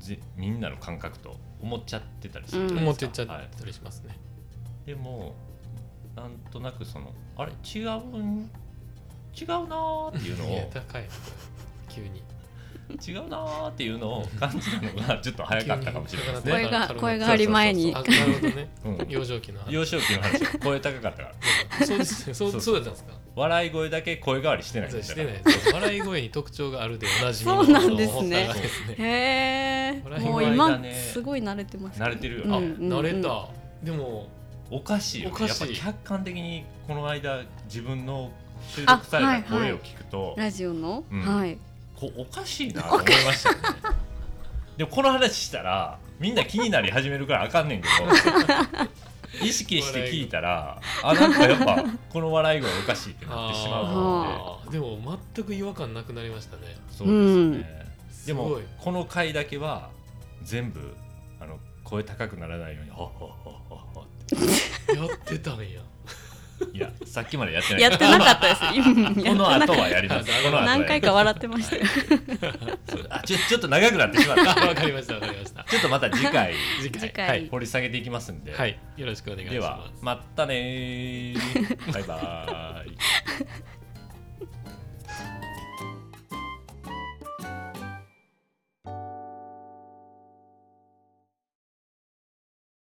Speaker 1: ぜみんなの感覚と思っちゃってたりするじゃない
Speaker 3: 思
Speaker 1: です
Speaker 3: っ
Speaker 1: か
Speaker 3: てっちゃ
Speaker 1: はい
Speaker 3: ったりしますね
Speaker 1: でもなんとなくそのあれ違うん違うなーっていうの
Speaker 3: いや
Speaker 1: を
Speaker 3: 高い急に
Speaker 1: 違うなーっていうのを感じたの がちょっと早かったかもしれないです
Speaker 3: 急に
Speaker 1: ね。
Speaker 2: 声が
Speaker 3: 軽く
Speaker 2: 声があり前に
Speaker 3: あなるほどね
Speaker 1: うん
Speaker 3: 幼少期の話
Speaker 1: 幼少期の話声高かったから
Speaker 3: そうですねそう
Speaker 1: そう
Speaker 3: そうだったんですか
Speaker 1: 笑い声だけ声変わりしてない
Speaker 3: そう
Speaker 1: で
Speaker 3: し
Speaker 1: す
Speaker 3: て
Speaker 1: だ
Speaker 3: な
Speaker 1: か
Speaker 3: いです笑い声に特徴があるでおなじみの
Speaker 2: そうなんですね
Speaker 3: お互いですね
Speaker 2: へえ
Speaker 3: これは
Speaker 2: もう
Speaker 1: 意外だ
Speaker 2: 今
Speaker 1: ね
Speaker 2: すごい慣れてます
Speaker 1: ら慣れてるよ
Speaker 2: うん
Speaker 1: ね、
Speaker 3: 慣れたでも
Speaker 1: おかしいよ
Speaker 3: お
Speaker 1: ね
Speaker 3: か
Speaker 1: やっ
Speaker 3: しい
Speaker 1: ぱり客観的にこの間自分の収録さ
Speaker 2: あは
Speaker 1: れ
Speaker 2: い
Speaker 1: た
Speaker 2: はい
Speaker 1: 声を聞くと、
Speaker 2: ラジオの
Speaker 1: うん
Speaker 2: はい
Speaker 1: こうおかしいなと思いましたよねでもこの話したらみんな気になり始めるからあかんねんけど意識して聞いたらあなんかやっぱこの笑い声おかしいってなってしまうと思
Speaker 3: あーでも全く違和感なくなりましたね
Speaker 1: うんでそうですね、ですも
Speaker 3: ごい
Speaker 1: この回だけは全部あの声高くならないように「ほっほっほっほっほっ
Speaker 3: やってたん や
Speaker 1: ていやさっきまでやってない
Speaker 2: やってなか ったですうんや
Speaker 1: こ
Speaker 2: っ
Speaker 1: の
Speaker 2: てな
Speaker 1: 後はやります。この後はやり
Speaker 2: 何
Speaker 1: ます
Speaker 2: 回か笑ってましたよ
Speaker 1: そう あちょちょっと長くなってしまった。
Speaker 3: あわかりましたわかりました
Speaker 1: ちょっとまた次回
Speaker 3: 次回
Speaker 2: 次回
Speaker 3: はい
Speaker 1: 掘り下げていきますんで。
Speaker 3: はいよろしくお願いします
Speaker 1: ではまたねー。バイバーイ。